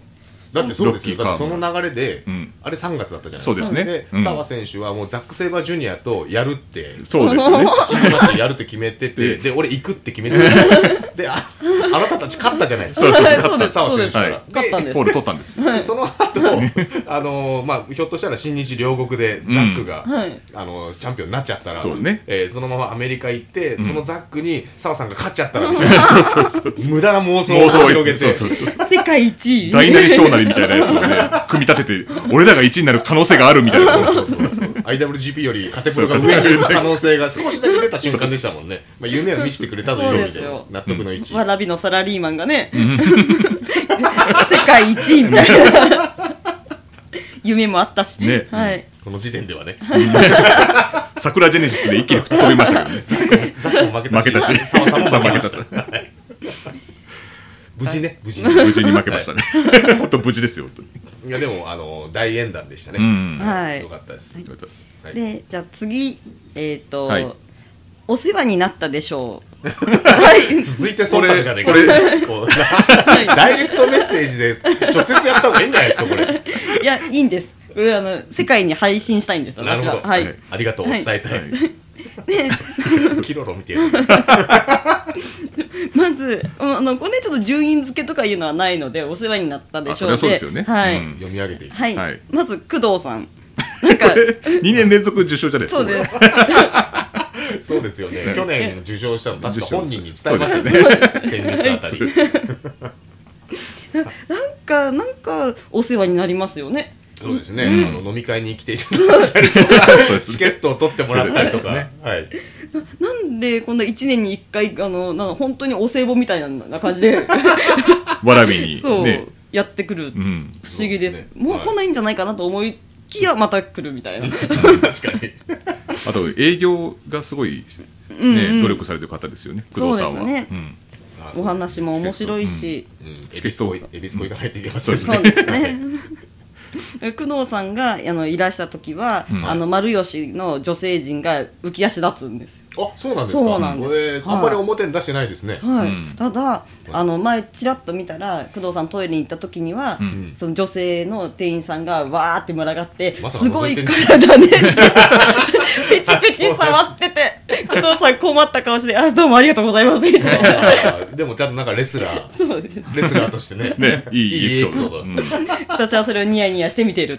C: だってそうですよ
B: ロッキー
C: だってその流れで
B: うん
C: あれ3月だったじゃないです
B: そ
C: か
B: うですねうん
C: 澤選手はもうザック・セイバージュニアとやるって
A: [LAUGHS]
C: [LAUGHS]
B: そうですね。
C: チームマッチやるって決めてて、で、俺行くって決めてた。で、あ、あなたたち勝ったじゃないです
A: そう
C: か。
A: そうそうそうです
C: 澤選手か
B: は
C: ら
B: い
C: で
A: 勝ったんです
B: ホール取ったんです。
C: でその後、あのまあひょっとしたら新日両国でザックが、
A: うんはい
C: あのチャンピオンになっちゃったら、
B: そうね
C: えーそのままアメリカ行って、そのザックに澤さんが勝っちゃったらみたいな、無駄な妄想を
B: 妄想を
C: 広げて、
B: そうそう
C: [LAUGHS]
B: そう。
A: 世界一位
B: 大なり小なりみたいなやつをね、組み立てて、俺らが1位になる可能性があるみたいな。
C: そうそうそう IWGP よりカテプロが上にいる可能性が少しだけ出た瞬間でしたもんね、まあ、夢を見せてくれたぞ
A: そう
C: み
A: で
C: た
A: す
C: いな
A: よ
C: 納得の一
A: わらびのサラリーマンがね [LAUGHS] 世界一位みたいな夢もあったし
B: ね
A: はい
C: この時点ではね
B: 桜ジェネシスで一気に吹っ飛びましたけど
C: [LAUGHS]
B: ね。
C: ザックも負
B: 負
C: け
B: け
C: た
B: た
C: し
B: し、
C: 澤さんも負けまし
B: 澤
C: たはい無事ね無
B: [LAUGHS]
C: 事
B: 無
C: ね
B: 事に負けましたね。本当無事ですよ、本当に。
C: いやでもあの大演談でしたね、
B: うん
A: はい
C: よかったです、
B: ありがとうございます
C: はい
A: でじゃあ次えっ、と、
B: はい
A: お世話になったでしょうはい
C: 続いてそれじゃねえか
B: こ
C: こう [LAUGHS] ダイレクトメッセージです直接やった方がいいんじゃないですかこれ
A: いやいいんですこれあの世界に配信したいんです
C: なる
A: 私は
C: ほど、
A: はい、
B: はい
C: ありがとう伝えたい、
B: はい
C: キロロ見て
A: まずうんあのこれねちょっと順位付けとかいうのはないのでお世話になったで
B: あ
A: し
B: そ
A: ょ
B: れ
A: う
B: はそうですよね。
A: はい、
B: うん
C: 読み上げていく
A: はい、
B: はい
A: まず工藤
B: [LAUGHS]
A: さんなんか
B: 2年連続受賞じゃないです
A: そ
B: か。
A: うです
C: そうですよね。
B: ね
C: 去年受賞したの確か
B: 受賞
C: 本人に伝えましたよね。先月あたり。
A: なんかなんかお世話になりますよね
C: そうですね。あの飲み会に来ていただいたりと
B: そうで
C: か、
B: す
C: チケットを取ってもらったりとか、はい。
A: なんでこんな1年に1回あのなんか本当にお歳暮みたいな感じ
B: [LAUGHS]
A: で
B: わらびに。
A: そう、
B: ね。
A: やってくる、
B: うん。
A: 不思議です、
C: そうですね
A: もう
C: はい
A: 来ないんじゃないかなと思いきやまた来るみたいな
C: 確かに。
B: あと、営業がすごい、
A: うんうん
B: ね、努力されてる方ですよね、工藤さんは。
A: そうですね
B: ん
A: お話も面白いし、
C: うん。エビスコエビスコ行かないといけませんね。
A: そうですね [LAUGHS] 工藤さんがあのいらした時は、
B: うん
A: あの丸吉の女性陣が浮き足立つんです
C: [LAUGHS] あ、そうなんですか。
A: そうなんです
C: えー
A: はい
C: あんまり表に出してないですね。
A: はい、
B: うん
A: ただあの前ちらっと見たら工藤さんトイレに行った時には、
B: ん
A: その女性の店員さんがわーって群がって、
C: まさか
A: すごい
C: 覗いてんじ
A: 体ね [LAUGHS] ペチペチ触ってて工藤さん困った顔してあどうもありがとうございますみたいな
C: [LAUGHS] でもちゃんとなんかレスラ
A: [LAUGHS]
C: ー、
A: そうです
C: レスラーとしてね。
B: ね、いいエピソード。
C: いい
B: う
C: エ
B: ん
C: ピ
A: 私はそれをニヤニヤして見ている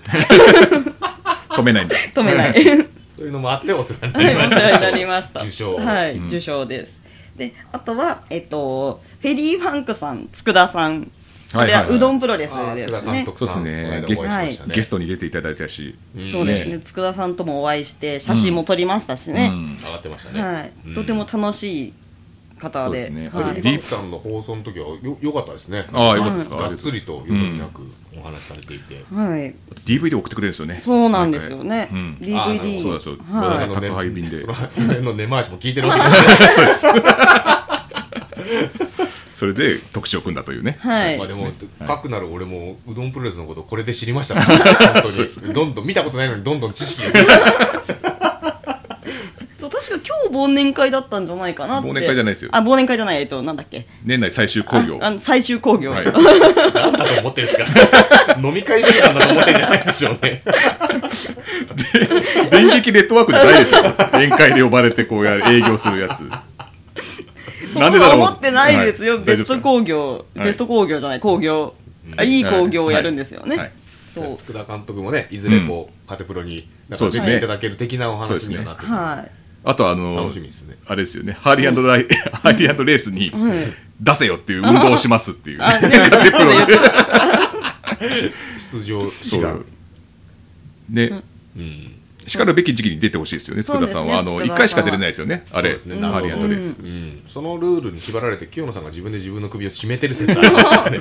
B: 止めないんだ。
A: 止めない
C: そういうのもあってお世話にな
A: はい、
C: り
A: お
C: まし
A: 世
C: た。
A: 話になりました。
C: 受賞。
A: はい、受賞です。で、あとは、えっと、フェリーファンクさん、佃さん。これ
B: はいはい
A: は
B: はいう
A: どんプロレス
C: あー
A: で
C: 塚
A: す
C: 田監
A: ね。
C: 督さん、
B: そうですね
C: この間お会いしましたね。
B: ゲストに出ていただいたし。
C: ん
A: そうです
B: う
A: ね、佃さんともお会いして、写真も撮りましたし
B: う
A: ね。
B: ん
C: 上がってましたね。
A: はい
C: うん、
A: とても楽しい方
B: そうで
A: で。
B: すね
A: は
B: あ
A: い
B: れ
C: リープさんの放送の時はよ良かったですね。
B: ああよかったですか
C: がっつりとよどみなくお話しされていて、
A: はい、
B: DVD 送ってくれるんですよね。
A: そうなんですよね。
B: 毎回うん
C: あーなるほ
B: そ
A: DVD
B: うだそうだ。
A: はい
B: 我々
C: あの
B: の宅配便で
C: そ。のそれの根回しも聞いてるわけですね。
B: それで特集を組んだというね。
A: はい
C: まあでも、かくなる俺もうどんプロレスのことこれで知りましたから、本当にどんどん見たことないのにどんどん知識が。
A: そう確か今日忘年会だったんじゃないかなって
B: 忘年会じゃないですよ
A: あ忘年会じゃないえっとなんだっけ
B: 年内最終興行。
A: ああ
B: は
A: の最終興行、
B: い。
C: なんだと思ってるんですか。飲み会時間だと思ってんじゃないでしょうね。
B: 電撃ネットワークじゃないですよ。宴会で呼ばれてこうやる営業するやつ。
A: そ
B: なんんでだ
A: な
B: ろう
A: 思ってないですよ、
B: はい
A: ベスト工業、
B: はい
A: ベスト工業じゃない工業、あいい工業をやるんですよね、
B: はいはい
A: そう
C: 佃監督もね、いずれこう、カテプロになんか出ていただける的なお話にはなってくる。
A: はい
B: あとあの
C: 楽しみですね
B: あれですよね。ハーリーライハーリーレースに
A: ん
B: 出せよっていう運動をしますっていう。
A: あ
B: カ
A: で
B: [LAUGHS] テプロで。
C: 出場
B: そ
C: し
B: う
C: が。
B: ね。
C: うん
B: しかるべき時期に出てほしいですよね。
A: そう
B: 佃
A: です
B: さ
A: ね
B: んはあの
A: 佃さん
B: 一
A: は
B: 回しか出れないですよね。あれ
C: そうですね
B: ハーリーレース。
C: うん、そのルールに縛られて清野さんが自分で自分の首を絞めてる説ありますからね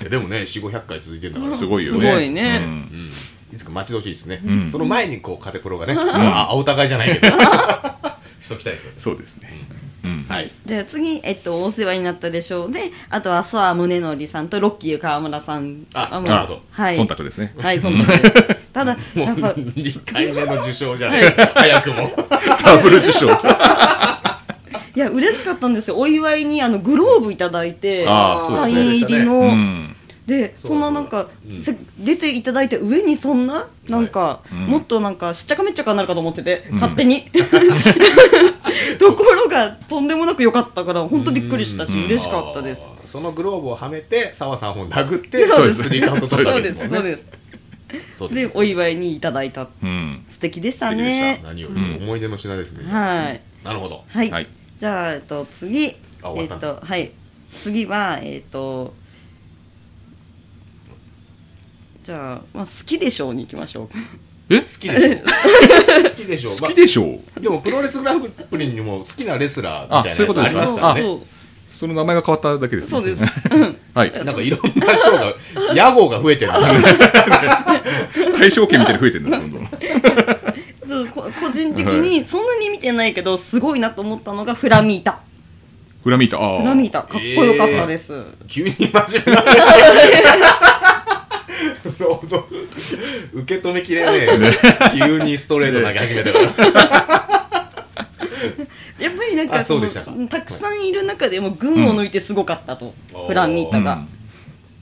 C: いやでもね4500回続いてるんだから
B: すごいよ
A: す
B: ね。
A: ごいね
B: うん
C: いつか待ち遠しいですね、
B: ん
C: その前にこうカテプロがね、ああお互いじゃないけど [LAUGHS] しときたいですよね
B: そうですね。うん。
C: はい
A: で次、えっと、お世話になったでしょうであとは澤宗則さんとロッキー川村さん
C: あ
A: もう
C: なるほど
A: はい
B: 忖度ですね。
A: はい忖度です
B: [LAUGHS]
A: ただ
C: もう
A: やっぱ
C: 2回目の受賞じゃない早くも
B: ダブル
A: [LAUGHS]
B: 受賞。
A: いや嬉しかったんですよお祝いにあのグローブいただいて
B: あーそう
A: サ
B: で
A: イ
B: すね
A: ン入りの、
B: うん。
A: で
C: そう
A: そんななんか、
C: うん
A: せ出ていただいて上にそんななんか、
B: うん
C: [LAUGHS]
A: もっとなんかしっちゃかめっちゃかになるかと思ってて、勝手にところがとんでもなく良かったから本当びっくりしたし嬉しかったです
C: あーそのグローブをはめて澤さんを殴って
A: そうです
C: スリーカウント取った
A: そう
C: わ
A: で
C: けですすもん
A: そう
C: ね
A: です
C: そう
A: でお祝いにいただいた
E: うん
A: 素敵でした
C: 素敵でし
A: ね
C: た何よりも思い出の品ですね、
A: はい
C: なるほど
A: はい、
E: はい
A: じゃあ、えっと、次え
C: あ終わ
A: っ
C: った
A: とはい次はえっとじゃあ、まあ、好きでしょうに行きましょう
C: 好きでしょ
A: [LAUGHS]
C: 好きでしょ
B: 好きでしょう
C: まあでもプロレスグランプリにも好きなレスラーみたいなや
B: あ
C: つ
B: そういうこと
C: あ
B: で
C: り
B: す
C: ま
B: か
C: すからね
A: そう
B: その名前が変わっただけです、
A: そう
B: [LAUGHS]
A: です [LAUGHS]
B: はい
C: なんかいろんな賞が屋号が増えてるな
B: 対象権みたいに増えてるんだどんどん
A: そうこ個人的にそんなに見てないけどすごいなと思ったのがフラミータ
B: フラミータあー
A: フラミータかっこよかったです、
C: 急に真面目な [LAUGHS] なるほど受け止めきれねえ急にストレート投げ始めたから
A: やっぱりなん
C: あ
A: かそ
C: そ
A: うの
C: でしたか
A: たくさんいる中でも群を抜いてすごかったと、
C: うん
A: フラミー
B: う
A: タが、
B: ん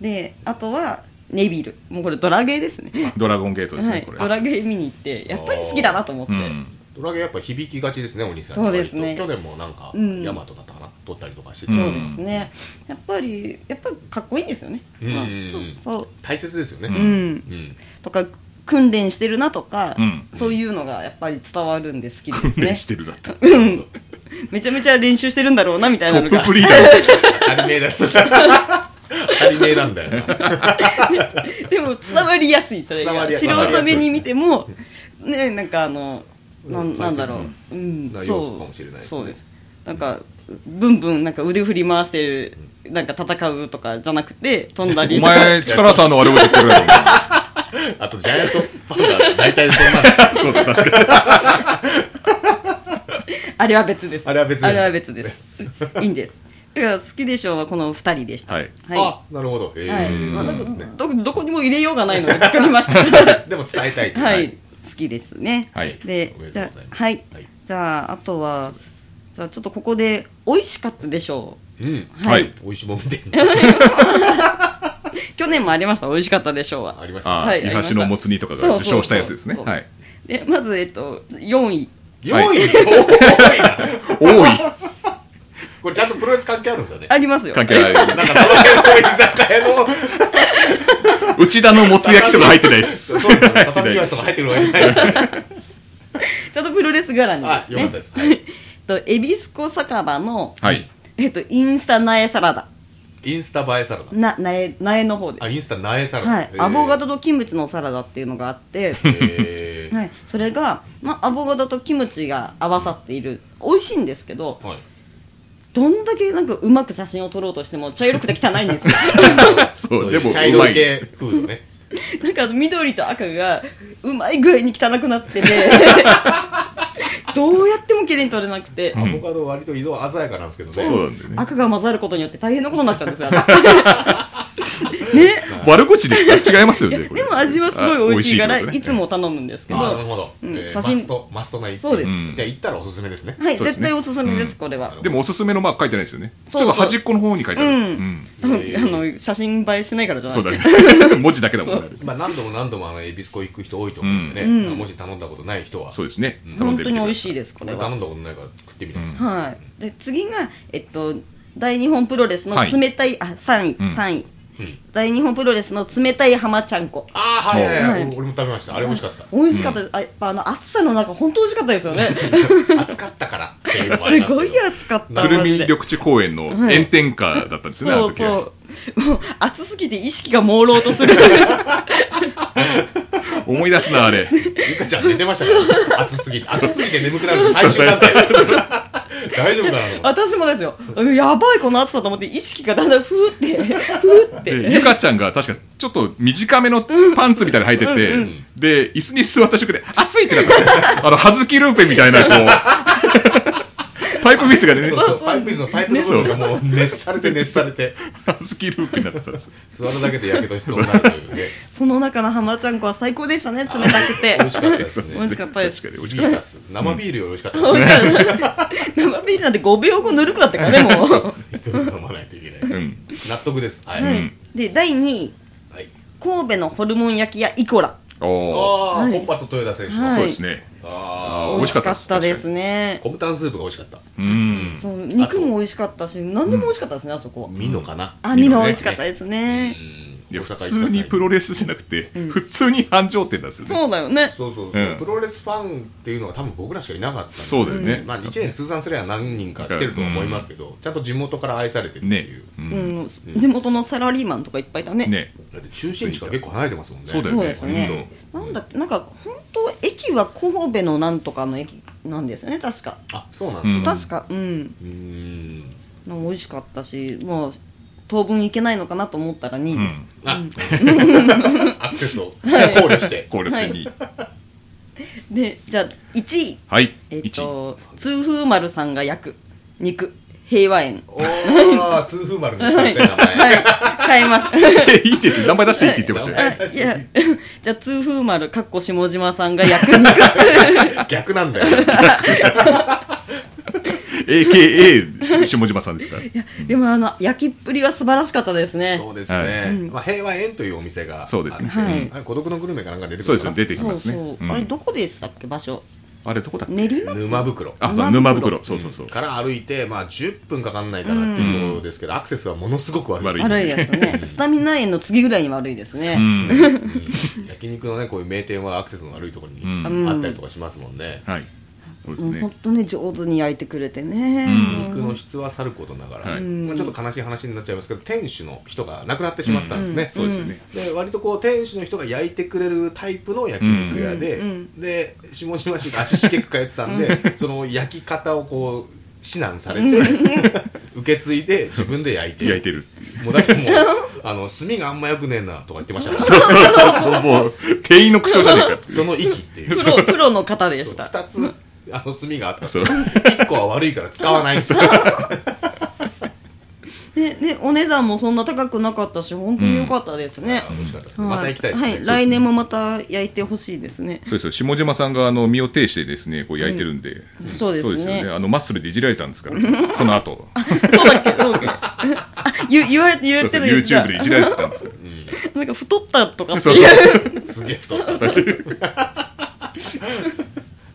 A: であとはネビルもうこれドラゲーですね
B: ドラゴンゲートですね、
A: はい
B: これ
A: ドラゲー見に行ってやっぱり好きだなと思って、
B: うん
C: ドラゲやっぱ響きがちですねお兄さん
A: そうですね
C: 割と去年もなんか
A: うん
C: ヤマトだったかな取ったりとかして
B: う
C: て
A: そうんですねやっぱりやっぱかっこいいんですよね、
C: うん
A: まあそうそ
C: 大切ですよね
A: う、
B: う
A: うんん、
C: うん
A: とか訓練してるなとか、
B: うん
A: そういうのがやっぱり伝わるんで好きです
B: 訓練
A: ね
B: してるだった
A: うんめちゃめちゃ練習してるんだろうなみたい
B: ト
A: なの
B: ップ
A: が
B: プリーダー
C: 当たり前だ当たり前なんだよな
A: でも伝わりやすいそれ
C: 伝わ
A: が
C: りや
A: 素
C: すい
A: 人目に見てもねなんかあのな
C: うん
A: んなんだろう、うん、
C: な
A: そ
C: 要素
A: う
C: かもしれないですね
A: そうですなんかブンブンなんか腕振り回してるなんか戦うとかじゃなくて飛んだり
B: [LAUGHS] お
A: とか
B: 前力さんのあれを取ってるだろ
C: あとジャイアントパンダ大体そんなんですよ
B: そうだ確かに
A: [LAUGHS] あれは別です
C: あれは別です
A: あれは別ですいいんですだから好きでしょうはこの二人でした
B: はい
A: は
C: あなるほど
A: い、
C: え
A: はい
C: ー
A: まあ
C: な
A: だ
C: る
A: か
C: ほど
A: ら
C: ね
A: どどこにも入れようがないので [LAUGHS] 作りました
C: でも伝えたいと
A: はい、好きですね。
B: はい
A: で
C: おめ
A: じ
C: で、とう
A: ゃ
C: ござい
A: あ、
C: ます
A: はい
C: はい、
A: じゃあ、あとは。じゃあ、ちょっとここで、美味しかったでしょ
C: うん
A: う。はい。
B: はい
C: 美味しいもんみたいな
A: 去年もありました。美味しかったでしょうは。
C: ありました
B: あ
A: は
B: ー
A: い
B: イワシのもつ煮とかが受賞したやつですね
A: そうそうそう
B: はい
A: で、まず、えっと、四位。
C: 4位多いな
B: 多い
C: これちゃんとプロレス関係あるんですよね
A: ありますよ。
B: 関係な
C: な
B: ん
C: かその辺の居酒屋の
B: い [LAUGHS] 内田のもつ焼きとか入ってないです
C: そうですね畳み足とか入ってくるわけじゃないですよね
A: [LAUGHS] ちょっとプロレス絡み
C: あ
A: です
C: よかっ
A: ね
C: た。ですはい
A: [LAUGHS] と、えびすこ酒場の、
B: はい
A: えっと、インスタ苗サラダ。
C: インスタ映えサラ
A: な、
C: ダ
A: 苗、苗の方で
C: あインスタ苗サ
A: す。
C: ラダ
A: はい
C: へ。ー
A: アボカドとキムチのサラダっていうのがあって。
C: へー
A: はい、それが、まあ、アボカドとキムチが合わさっている美味しいんですけど
C: はい
A: どんだけなんかうまく写真を撮ろうとしても茶色くて汚いんですよ
B: そう
C: そう
B: でも
C: 茶
B: う
C: 色
B: まい
C: 系フードね
A: なんか緑と赤がうまい具合に汚くなっててどうやっても綺麗に撮れなくて、
C: アボカド割と色鮮やかなんですけどね
B: そうなんだよね
A: 赤が混ざることによって大変なことになっちゃうんですよあれね
B: 悪口ですか違いますよ
A: いや
B: ねこれ
A: でも味はすごい美味しいから
B: あ美
A: い,、
B: 味しって
A: つも頼むんですけど
C: あな
A: は
C: る
A: い
C: ほどえ
A: うん
C: ー
A: 写
C: マ
A: 真
C: ストマストな一
A: そうです
B: うん
C: じゃあ行ったらおすすめですね
B: そうです
A: 絶
B: ね
A: 対おすすめです、これは
B: ことねでもおすすめのマーク書いてないですよねち
A: そう
B: ょ
A: そ
B: っ
A: う
B: と端っこの方に書いてある
A: う
B: うんん
A: 多分 [LAUGHS]
C: え
A: あ
C: ー
A: の写真映えしないからじゃない
B: そ
A: [LAUGHS]
B: うだね文字だけだもんね
C: まあ何度も何度もあのエビスコ行く人多いと思うんでね
A: うん
C: まあもし頼んだことない人は
B: そうですね頼
A: 本
B: んで
A: 当
B: み
A: に美
B: てくだ
A: 味
B: さ
A: しいですこ
C: こ
A: れ
C: れ
A: は
C: 頼んだことないから食ってみたいですね
A: はい、で次が、えっと、大日本プロレスの
B: 三位
A: 冷たいあ3位、
B: うん
A: 3位
C: うん
A: 大日本プロレスの冷たい浜ちゃんこ
C: ああはいはいはい
A: はい
C: 俺も食べましたあれ美味
A: [LAUGHS]
C: しかった
A: 美味しかったです、あやっぱあの暑さの中本当美味しかったですよね
C: 暑かったからっていうのもあり
A: [LAUGHS] す
C: ますけど
A: ごい暑かった
B: い鶴見
A: マジで
B: 緑地公園の炎天下だったんですよねあ
A: そ
B: の
A: う
B: 時は
A: そうもう暑すぎて意識が朦朧とす
B: [LAUGHS]
A: る
B: 思い出すなあれ
C: ゆかちゃん寝てましたから暑すぎて暑すぎて眠くなるの最終段階大丈夫かなと思って
A: 私もですよやばいこの暑さと思って意識がだんだんふーってふーっ
B: で
A: て
B: ゆかちゃんが確かちょっと短めのパンツみたいなの履いてて、
A: うんう
B: で椅子に座った瞬間で熱いってなったあの葉月ルーペみたいなこうパイプミスがね
C: そうそうパイプ椅子のパイプの部分がもう熱されて熱されて
B: 葉月ルーペになってたんですよ
C: 座るだけでやけどしそうになるというね
A: その中の浜ちゃんこは最高でしたね冷たくて
C: 美味しかったですね
A: 美味しかったです
B: 確かに美味しか
C: ビ
B: っ
C: ールです生ビールより美味しかった
A: 美味しかったです生ビールなんて5秒後ぬるくなってからねも
B: [LAUGHS]
A: う
C: です急いで飲まないといけない
B: たうん
C: 納得ですはい、
B: う
C: はい
B: ん
A: で第2位神戸のホルモン焼き屋イコラ
B: おー
C: ああ、
A: はい
C: コンパと豊田選手の、
A: はい
B: そうですね
C: あ
B: あ
A: 美
B: ー美
A: 味
B: 味
A: し
B: しか
A: か
B: った
A: ったですね
C: コブタンスープが美味しかった
B: うん。
A: そう肉も美味しかったし何でも美味しかったですねあそこは
C: ミノかな
A: あミノ美味しかったですね
B: いや普通にプロレスじゃなくて、
A: ん
B: 普通に繁盛店なんですよね。
A: そうだよね
C: そうそうそう、
B: うん
C: プロレスファンっていうのは多分僕らしかいなかったんで
B: そうですね
C: まあ、1年通算すれば何人か来てると思いますけど、ちゃんと地元から愛されてるって
B: ね
C: いう、、
B: うん
A: うん地元のサラリーマンとかいっぱいいたね
B: ね、
C: だって中心地から結構離れてますもんね
B: そうだよ
A: そう
B: ね
A: ですね。なんだっけなんか本当駅は神戸のなんとかの駅なんですよね確か、
C: あそうなんです
B: うん
C: か、
A: 確かうん
C: うーん
A: なんか美味しかったしもう当分いけないのかなと思ったら2位です、
C: あ、
B: [LAUGHS]
C: アクセスを考慮して、
B: 攻略戦に。
A: でじゃあ1位
B: はい、
A: えっ、
B: 一位。
A: と通風丸さんが焼く肉平和園
C: おー、通風丸にしたんですね、名
A: は
C: 前。
A: い変えました
B: いいですよ、名前出していいって言ってましたよ。
A: あいやじゃあ通風丸かっこ下島さんが焼く
B: [LAUGHS]
A: 肉
C: 逆なんだよ。
B: AKA し下島さんですから。
A: でもあの焼きっぷりは素晴らしかったですね
C: そうです
B: は
C: ね
B: い。
C: まあ、平和園というお店があって。
B: そうですね
A: はい
C: あれ孤独のグルメかなんか出てく
B: そう
C: る
B: です
C: か
B: よ、
C: な。
B: 出てき
A: そ
B: ま
A: う
B: すね。
A: そう
B: うん
A: あれどこでしたっけ場所
B: あれどこだっけ
A: 練馬区
C: 沼袋
B: あ、そう沼袋。そうそうそう。
C: から歩いて、まあ、10分かかんないかなっていうところですけど、アクセスはものすごく悪いです
B: 悪
A: 悪いですねスタミナ炎の次ぐらいに悪いですね
B: うん
C: うん焼肉のね、こういう名店はアクセスの悪いところに
B: うん
C: あったりとかしますもんね。
B: はい。そうです
A: もう本
B: ね。
A: 当ね上手に焼いてくれてね、
B: うん
C: 肉の質はさることながら、
B: はい
C: まあ、ちょっと悲しい話になっちゃいますけど店主の人が亡くなってしまったんですね、
B: そうですよね。
C: で割とこう店主の人が焼いてくれるタイプの焼肉屋で、
A: うんうん
C: で下島市が足しげく通ってたんで、その焼き方をこう指南されて [LAUGHS] 受け継いで自分で焼いて
B: 焼いてる。
C: もうだってもう [LAUGHS] あの炭があんまよくねえなとか言ってましたから
B: そうそう [LAUGHS] そうそう。もう店員の口調じゃねえかっていう。
C: その息っていう
A: プロプロの方でした
C: 2つあの炭があった
B: そう
C: 1個は悪いから使わないんですよ
A: ねねお値段もそんな高くなかったし本当に良かったですね、
C: 美味しかったです
A: は
C: ね
A: い
C: また行きたいですね、
A: はい、来年もまた焼いてほしいですね
B: そうですよ下島さんがあの身を挺してですねこう焼いてるんで、
A: んそうですね
B: よねあのマッスルでいじられたんですからその後
A: そうだっけ
B: [LAUGHS]
A: どうですあ言 [LAUGHS] 言われて言わ
B: そ
A: れ
B: うそ
A: て
B: う
A: る
B: YouTube でいじられてたんですよ
A: なんか太ったとかって
B: そう
A: いう
B: そう
C: すげえ太った [LAUGHS]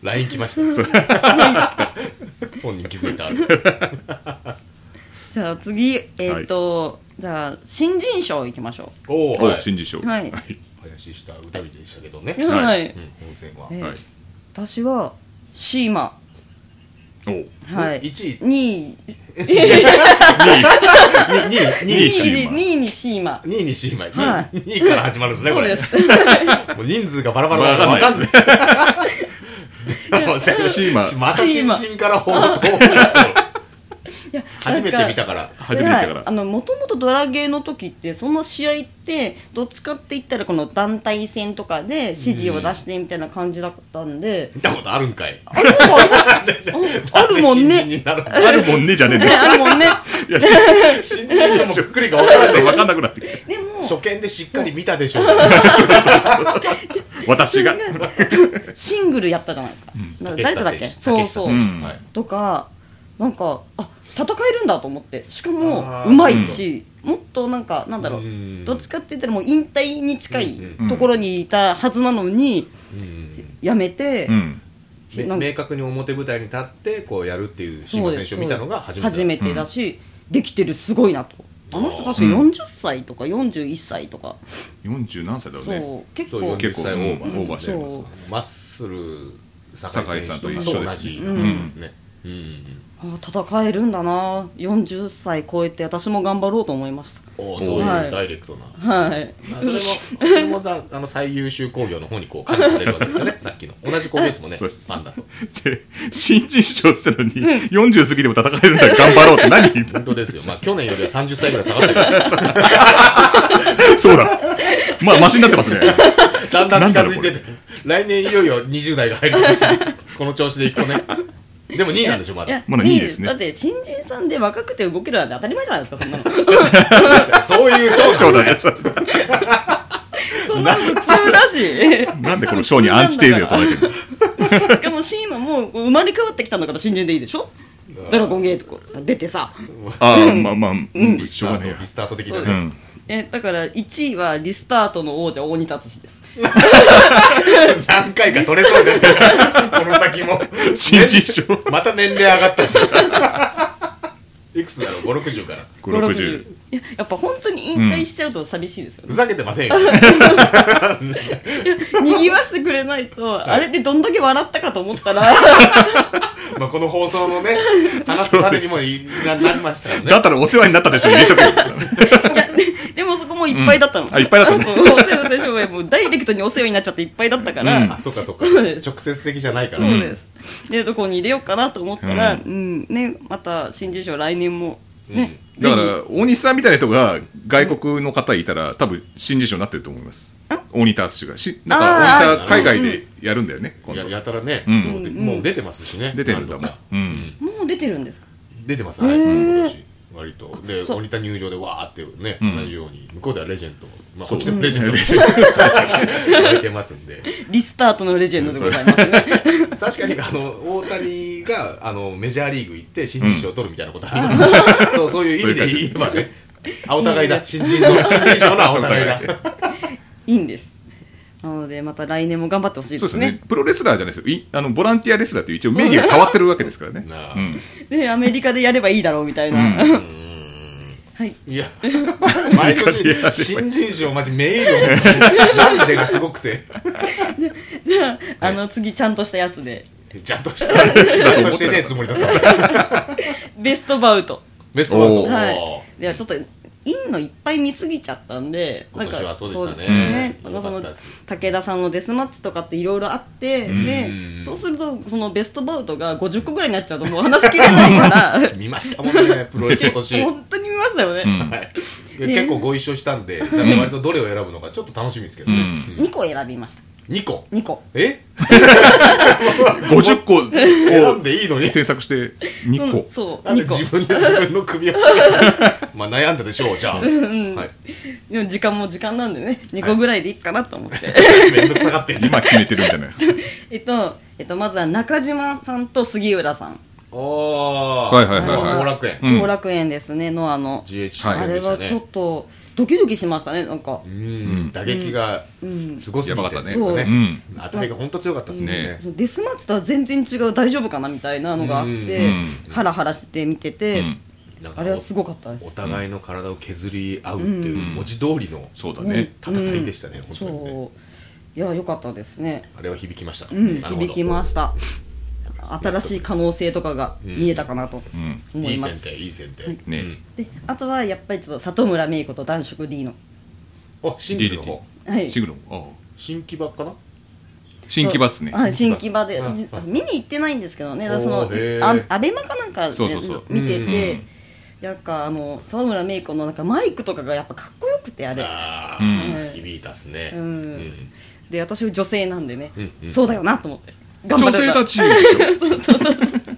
C: LINE 来ました [LAUGHS] 本人気づいた
A: じゃあ次えっ、と、じゃあ新人賞いきましょ
C: おお、
B: お
C: はい、
B: 新人賞
A: はい
C: 林下歌人でしたけどね、
A: う
C: う
A: は、
B: はいい
C: ん、本戦は、
A: え
B: はい
A: 私はシーマ
B: お
A: はい
C: 1位
A: 2位2位
B: 位
C: 2位
B: シーマ
A: に2位にシーマ
C: 2位にシーマイ、
A: は
C: 2位から始まるんですね
A: そ
C: こ
A: うで
C: れ
A: す
C: もう人数がバラバラだから分かんない
B: シーマ
C: また
A: シー
C: 新
A: マ
C: 人から報道
A: いや
C: 初めて見たから
B: [LAUGHS] 初めてだか
A: はい
B: ら
A: あのもともとドラゲーの時ってその試合ってどっちかって言ったらこの団体戦とかで指示を出してみたいな感じだったんで、
C: 見たことあるんかい
A: あれもあるもん
C: なんで新人
A: ね
C: になるんだ
B: あるもんねじゃねえんだ
A: ね
B: よ
A: あるもんね
B: いや新
C: 新人でもうくくりが分からない
B: 人わかんなくな [LAUGHS] ってきて
A: でも
C: 初見でしっかり見たでしょう
B: 私が
A: シングルやったじゃないですか,、なんか誰とだっけ
C: 竹下
A: そう
C: 選手
A: そう、
B: 竹下選
C: はい
A: とかなんかあ戦えるんだと思ってしかも
C: あー
A: うまいし、もっとなんかなんだろう、
C: うん
A: どっちかって言ったらもう引退に近い
C: うん
A: ところにいたはずなのに
C: うん
A: やめて、
B: うん
C: め
A: なんか
C: 明確に表舞台に立ってこうやるっていうシーマ選手を見たのが初めてだ
A: 初めてだし、できてるすごいなとあの人確か
B: うん
A: 40歳とか41歳とか、
B: 40何歳だろう
A: そう、
B: ね
A: 結
C: そう
A: 構
B: 結
C: 40歳オーバ
B: うん
C: ー
B: オーバー
A: してますね
C: マッスル酒井選
B: 酒井
C: 手と
B: さんと一緒で
C: 同
B: す
C: じ
B: ね
C: なんですねうん
A: あ戦えるんだな40歳超えて私も頑張ろうと思いまし
C: おーそう
A: は
C: いう
A: い
C: ダイレクトな
A: たはい
C: まあ
B: [LAUGHS]
C: それもそれもざあの最優秀工業の方にこう加味されるわけです [LAUGHS] よねさっきの同じ工業ですもんね
B: そうです
C: パンダと
B: で新人賞ってたのに40過ぎでも戦えるんだ頑張ろうって何
C: 本当ですよまあ去年よりは30歳ぐらい下がって
B: [LAUGHS]
C: る
B: そうだまあマシになって [LAUGHS] ますね
C: だんだん近づい
B: [LAUGHS]
C: て
B: なんだろう
C: て来年いよいよ20代が入るかもしれないこの調子でいくと [LAUGHS] ねでも2位なんでしょま
A: いや
C: だ、
B: まだいいですね
A: だって新人さんで若くて動けるなんて当たり前じゃないですかそんなの
C: そういう賞
B: そうだねそう
A: そんなの普通だし
B: なんでこの賞にアンチテーゼを唱えてるの
A: しかもシーマも生まれ変わってきたんだから新人でいいでしょドラゴンゲートとか出てさ
B: ああまあまあうんしょうがねえや
C: リスタート的な
A: そう
C: ね、
B: うん
A: えだから1位はリスタートの王者大仁達志です
C: 何回か取れそうじゃないこの先先 [LAUGHS] も
B: 新人賞
C: また年齢上がったしいくつだろう560から
B: 560
A: いややっぱ本当に引退しちゃうと寂しいですよ
C: ふ
A: ね、
C: ざけてませんよ
A: [LAUGHS] にぎわしてくれないとあれでどんだけ笑ったかと思ったら
C: まあこの放送のね話すためにもいななりましたからね
B: だったらお世話になったでしょ入れとけよ
A: いやででもそこもいっぱいだったの、
B: うんあいっぱいだっ
A: [LAUGHS]
B: たの
A: そうお世話でしょうがもうダイレクトにお世話になっちゃっていっぱいだったから、
B: うん
C: あそっかそっか
A: そうです
C: 直接的じゃないから
A: そうです、でどこに入れようかなと思ったら、
B: う
A: うんね、また新人賞来年もね、
B: だから大西さんみたいな人が外国の方いたら多分新人賞になってると思います大西達氏がしなんか大
A: あ
B: 西
C: ー
B: 海外でやるんだよね今
C: や
B: 度
C: やたらね、
B: うん
C: もうで
A: うん
C: もう出てますしね
B: 出てるんだもん
C: 何度か
B: うん
A: もう出てるんですか
C: 出てますはい、
A: へー
C: 今年割とで
A: そう
C: 鬼田入場でわーってね、
B: うん
C: 同じように向こうではレジェンドまあ
B: そう
C: こっちでもレジェンド
B: レ
C: レ
B: ジ
C: ジェンド出てますんで
A: リスタートのレジェンドでございますね
C: 確かにあの大谷があのメジャーリーグ行って新人賞を取るみたいなことあります、ねそうそういう意味で言えばねあお互いだ新人の新人賞のあお互いだ
A: [LAUGHS] いいんですなのでまた来年も頑張ってほしい
B: そ
A: です
B: うですね
A: ね
B: プロレスラーじゃないですよいあのボランティアレスラーという一応名義が変わってるわけですからね
C: なあ
B: うん
A: でアメリカでやればいいだろうみたいな、
B: う
A: [LAUGHS] はい
C: い
B: [LAUGHS]
C: や毎年新人賞マジ名誉なんでがすごくて
A: じゃああの次ちゃんとしたやつで
C: ちゃんとしたちゃんとしてねえつもりだった
A: ベストバウト
C: ベストワン
B: お
C: ド
B: ー
A: はいではちょっとインのいっぱい見すぎちゃったんで
C: 今年は
A: なんか
C: そうでしたね
A: そうですね
C: うんよか
A: な
C: っ
A: ん
C: た
A: か
C: です
A: その武田さんのデスマッチとかっていろいろあってで
C: うん
A: そうするとそのベストバウトが50個ぐらいになっちゃうともう話しきれないから
C: 見ましたもんねプロレス
B: [LAUGHS]
C: 今
A: [LAUGHS]
C: 年
A: 本当に見ましたよね、
B: うん
C: [LAUGHS] はいで結構ご一緒したんで、なんか割とどれを選ぶのかちょっと楽しみですけどね。
B: うん
A: 2個選びました
C: 2個。
A: 2個
B: [LAUGHS]
C: え
B: 50個
C: 選
B: を
C: んでいいのに。
B: 添削して2
A: う
B: 個
A: ん、そう
C: なんで
A: 2個
C: 自分で自分の首を絞めるまあ悩んだでしょう、じゃあ。はい。
A: でも時間も時間なんでね2個ぐらいでいいかなと思
C: [LAUGHS]
A: って、
C: めんどくさがってんじゃん。
B: 今決めてるみたいなやつ
A: えっと、えっと、まずは中島さんと杉浦さん
C: おー。
B: はいはいはい
A: はい
C: 後楽園
B: う。ん
A: 後楽園ですね、のあの、
C: GHC
B: はい
A: あ
C: 戦
A: れ
C: でし
A: は
C: た
A: ちょっ
C: ね。
A: とドキドキしましたねなんか
C: う、
B: うん
C: ん。打撃が
A: うん
C: すごすぎて。
E: やばかったね
C: なん
B: う
C: かね
B: ん
C: 当たりが本当強かったですね。
A: デスマッチとは全然違う大丈夫かなみたいなのがあっ
B: う
A: て
B: ん
A: ハラハラして見て
B: う
A: て、
B: ん
C: なんか
A: あれはすごかったです
C: お互いの体を削り合うっていう
B: うん
C: 文字通りの
B: そうだね
C: 戦いでしたね、本当にね。
A: そういや良かったですね
C: あれは響きました。
A: うん
C: なるほど
A: 響きました新しい可能性とかが見えたかなと
B: うん
A: 思
C: い
A: い
C: い
A: ま
C: 線
A: す、
C: でいい線で。
B: ね
A: であとはやっぱりちょっと里村芽衣子と男色 D の
C: うん。あ、シングルの方。
A: はい
B: シグロンああ
C: 新規版かな。
B: 新規バスね
A: はい、新規場で
C: うんうん
A: 見に行ってないんですけどね、だからそ
C: お
A: の
C: ーへ
A: あ
C: ー
A: アベマかなんかで
B: そうそうそう
A: 見て
B: う
A: て、なんかあの沢村芽衣子のなんかマイクとかがやっぱかっこよくてあれ、
C: あ
B: うん
C: あ、響いたっすね。
A: う
C: うんん。
A: で私は女性なんでね、
C: うんうん
A: そうだよなと思って頑張
B: 女
A: れた
B: 性たちでしょ [LAUGHS]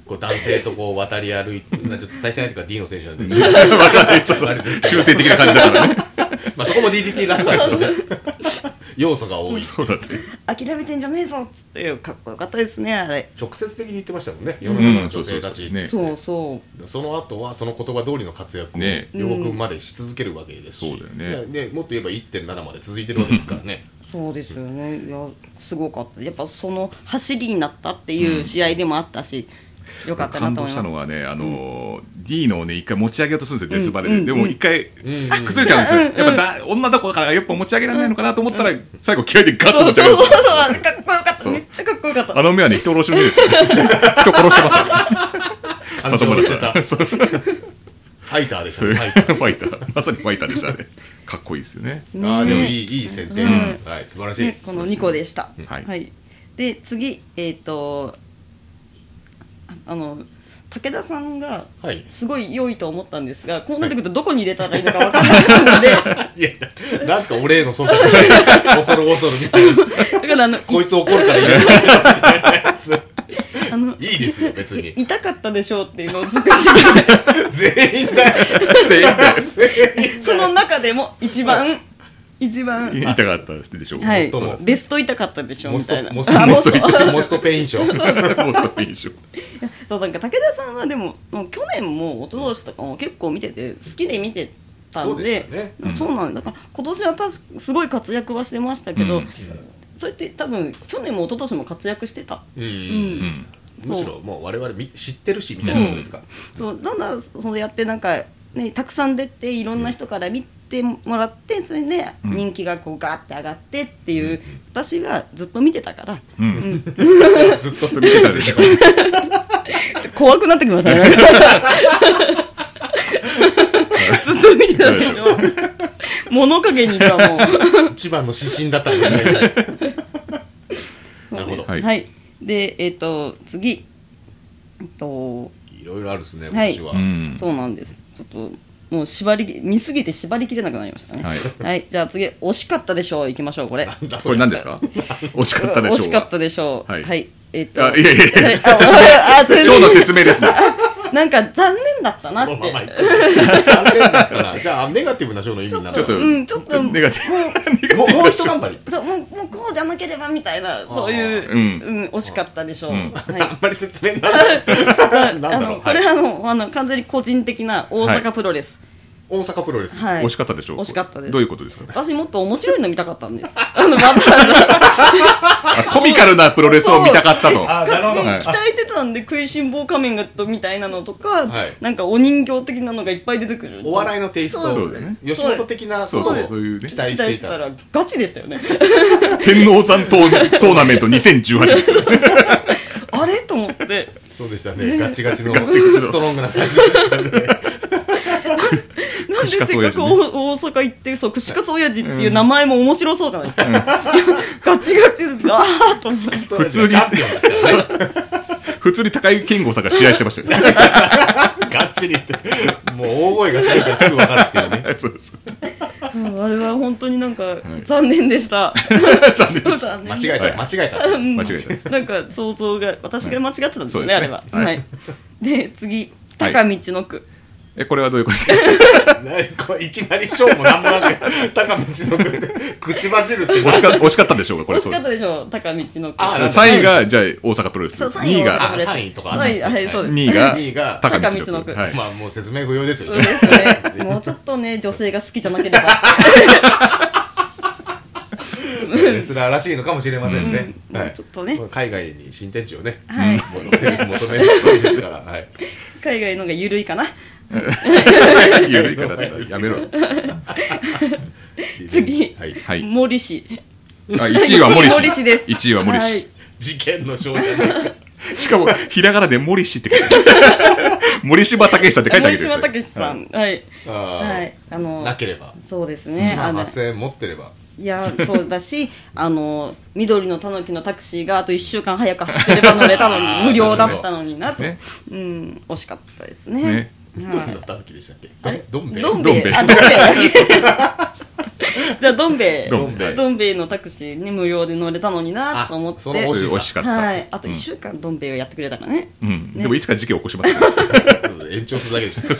C: こう男性とこう渡り歩
A: [LAUGHS]
C: いて、まあちょっと対戦相手が D の選手なんで、
B: わかんないそうそう [LAUGHS] 中性的な感じだからね
C: まあそこも DDT らしさです
A: [LAUGHS]
C: よね。要素が多い。
B: そうだね
A: 諦めてんじゃねえぞっつってかっこよかったですねあれ
C: 直接的に言ってましたもんね、世の中
B: う
C: の
B: ん
C: 女性た
B: そうそうそう
C: ち。
B: ね
A: そうそ
C: その後はその言葉通りの活躍を
B: ね
C: 両国までし続けるわけですし、
B: そうだよね
C: ねもっと言えば1.7まで続いてるわけですからね。
A: うそうですよねいやすごかったやっぱその走りになったっていう試合でもあったし、よかったな
B: 感
A: と
B: 動
A: 思
B: し
A: い
B: た
A: ま
B: の
A: す
B: はね、あのー D のをね一回持ち上げようとするんですよ、デスバレ
A: うん
B: で、
A: うん
B: でも一回、
C: ん
B: あ崩れちゃうんですよ、やっぱだ女の子だからやっぱ持ち上げられないのかなと思ったら、最後気合でガッと
A: そ
B: 持
A: う
B: ち上
A: そ
B: [LAUGHS] げ
A: う
B: る
A: ん
B: で
A: そう
B: すよ
A: そうあれかっこよかった
B: そう
A: めっちゃかっこよかった
B: あの目はね人 [LAUGHS] 殺しの目ですよ人殺してますよ
C: 感情を捨てた。
B: [LAUGHS]
C: フ
B: そうフ
C: ァイターでしたね、ファイター。
B: ァイターまさにファイターでしたねかっこいいですよね
A: ね
C: ああでもいいいい選定です、はい素晴らしい
A: ね、この2個でした。
B: はい
A: で次えっ、とああの武田さんが
C: はい [LAUGHS]
A: すごい良いと思ったんですが、こうなってくるとどこに入れたらいいのか分からなくなるので、
C: いやなんすかお礼の忖度 [LAUGHS] 恐る恐るみたい
A: [LAUGHS]
C: な
A: だからあのい
C: こいつ怒
B: [LAUGHS]
C: るからいない
A: あの
C: いいですよ別に
A: い痛かったでしょうっていうのを作ってき
C: 全員だよ
B: 全員
A: て、その中でも一番一番
B: で痛かったでしょう、
A: はい
C: そう
A: ベスト痛かったでしょう
C: モ
A: み
C: スト
A: たいな。
C: モスト
A: あ
C: モ
A: モ
C: ス
A: スト
C: トモストペイン賞
B: もっといいでしょう
A: そうなんか武田さんはでももう去年も一昨年とかも結構見てて好きで見てたん
C: そうで
A: で
C: したね
B: うん
A: そうなんだから今年は確かすごい活躍はしてましたけど、
B: うん
A: それって多分去年も一昨年も活躍してた、
C: うん
A: うん
E: うん
A: そう
C: むしろもう我々み知ってるしみたいなことですか、
A: そうだんだんそうやってなんか、ね、たくさん出ていろんな人から見てもらってそれで
E: うん
A: 人気がこうガーって上がってっていう、私がずっと見てたから
E: うん
C: 私はずっと見
B: 見てたでしょい
A: 怖くなってきましたねずっと見てたでしょ物陰にいたもん
C: 一番の指針だったんじゃないですかなるほど
A: はい、でえっ、と次えっと
C: いろいろあるですね今
A: はい
C: 年は、
E: うん
A: そうなんですちょっともう縛りき見すぎて縛りきれなくなりましたね
E: はい
A: じゃあ次惜しかったでしょういきましょうこれ
C: なんだそ
B: これ何ですか惜しかったでしょう
A: 惜しかったでしょう
B: はい
A: えっ、と
B: あいやいやい [LAUGHS] や
A: あああ
B: ショーの説明ですね
A: なんか残念だったなっ
C: このままい
A: て
C: く残念だったな [LAUGHS] じゃあネガティブな賞の意味にな
B: ちょっと、
A: うんちょっと
B: ネガティ
C: もうもう一頑張り
A: そうもうもうこうじゃなければみたいなそういう、
B: う
A: うん、惜しかったでしょう、
E: うん
A: はい
C: あんまり説明になら [LAUGHS] ないな
A: あ
C: んだろう
A: のこれ
C: はい
A: はあの,、あの完全に個人的な大
B: は
A: 阪プロレス、
C: 大阪プロレス
A: はい
B: ブ惜しかったでしょう
A: 惜しかったです
B: どういうことですか
A: 私もっと面白いの見たかったんですあのわざわざ
B: あコミカルなプロレスを見たかったと
C: あなるほど、
B: はい
A: 期待してたんで食いしん坊仮面がとみたいなのとか、
C: はい
A: なんかお人形的なのがいっぱい出てくる
C: お笑い
A: い
C: のテイスト
B: そうだね
C: 吉本的な
B: そう
C: こ
B: そ
C: と
B: う
C: を
B: そういうね
C: 期
A: 期
C: 待し
A: 待
C: てい
A: してた
C: た
A: らガチでしたよね
B: 天王山トートーナメント2018ですよ
A: あれと思って
C: そうでしたねガチガチの
B: ガチガチの
C: ストロングな感じでしたね
A: なんでせっ
B: 串カツ親
A: か
B: 父
A: く
B: ね
A: 大大阪行ってそう串カツ親父っていう名前も面白そうじゃないですか、 [LAUGHS] ガチガチでああと思って
C: 普
B: 通に
C: チャンピオンですからね
B: 普通に高井健吾さんが試合してましたよね
C: ガチにってもう大声がするからすぐ分かるっていうね
B: そうそう
A: うんあれは本当になんか残念で
B: [LAUGHS]
A: した、
B: 残念でした
A: 残念
C: 間違えた、
B: はい
C: 間違えた
A: うん
B: 間違えたです
A: なんか想像が私が間違ってたんですよね、
B: はい
A: あれは、
B: そうですね
A: はいで次高道の句、
B: えこれはどういうこと [LAUGHS] ですか
C: ねこれいきなりショーもなんもなく高道のくって口走るって
B: 惜しか惜しかったんでしょうかこれ
A: 惜し
B: そう
A: かっ
B: で
A: たでしょう高道の句
C: あ
B: 3位がじゃあ大阪プロレス
A: そう三位
B: 2位
A: 大阪
B: が
A: プロレス
C: あ三位とかあ
A: は
C: るんで
A: い
C: すね
A: はいそうです
B: 2位が
C: 2位が
B: 高道
A: 高道
B: の
A: の句
B: はい [LAUGHS]
C: まあもう説明不要ですよ
A: そうで
C: ね
A: すねもうちょっとね女性が好きじゃなけ
B: [LAUGHS]
A: れば
C: レスラーらしいのかもしれませんね、
A: うん
C: は
A: もう
C: い
A: ちょっとね
C: 海外に新天地をね、
A: はい
C: 求め求 [LAUGHS] めるそうですからはい
A: 海外のが緩いかな
B: 緩いからねやめろ
A: 次
C: はい、
B: はい
A: 森氏
B: あ1位は森氏
A: 森氏です
B: 1位は森
A: はい
B: 氏
C: 事件の証
A: [LAUGHS]
C: 拠ね
B: しかもひらがなで森氏って書いてある森柴武さんって書いてあ
A: 森
B: げて
A: 島
B: ください
A: 武さんはい
C: あ
A: は
C: ー
A: いあの
C: なければ
A: そうですね
C: 1
A: あ
C: 万
A: の
C: 8000円持ってれば
A: いやそうだし [LAUGHS] あの緑のたぬきのタクシーがあと1週間早く走ってれば乗れたの
C: あー
A: に無料だったのになと、
B: ね
A: うん惜しかったですね
C: どん
A: は
C: ないたぬきでしたっけ
A: あれ
C: どんべ
A: どん
B: ど
A: 兵
B: ん
A: 衛
B: 兵衛
A: あどん兵衛じゃあどん兵衛
B: ど
C: どんべ
A: どん兵衛のタクシーに無料で乗れたのになと思って
C: あその
B: そういう惜しかった
A: はい、あと1週間どん兵衛をやってくれたからね、
B: うん
A: ね
B: でもいつか事件起こします
A: [LAUGHS]
B: よ
C: 延長するだけでし [LAUGHS] ょ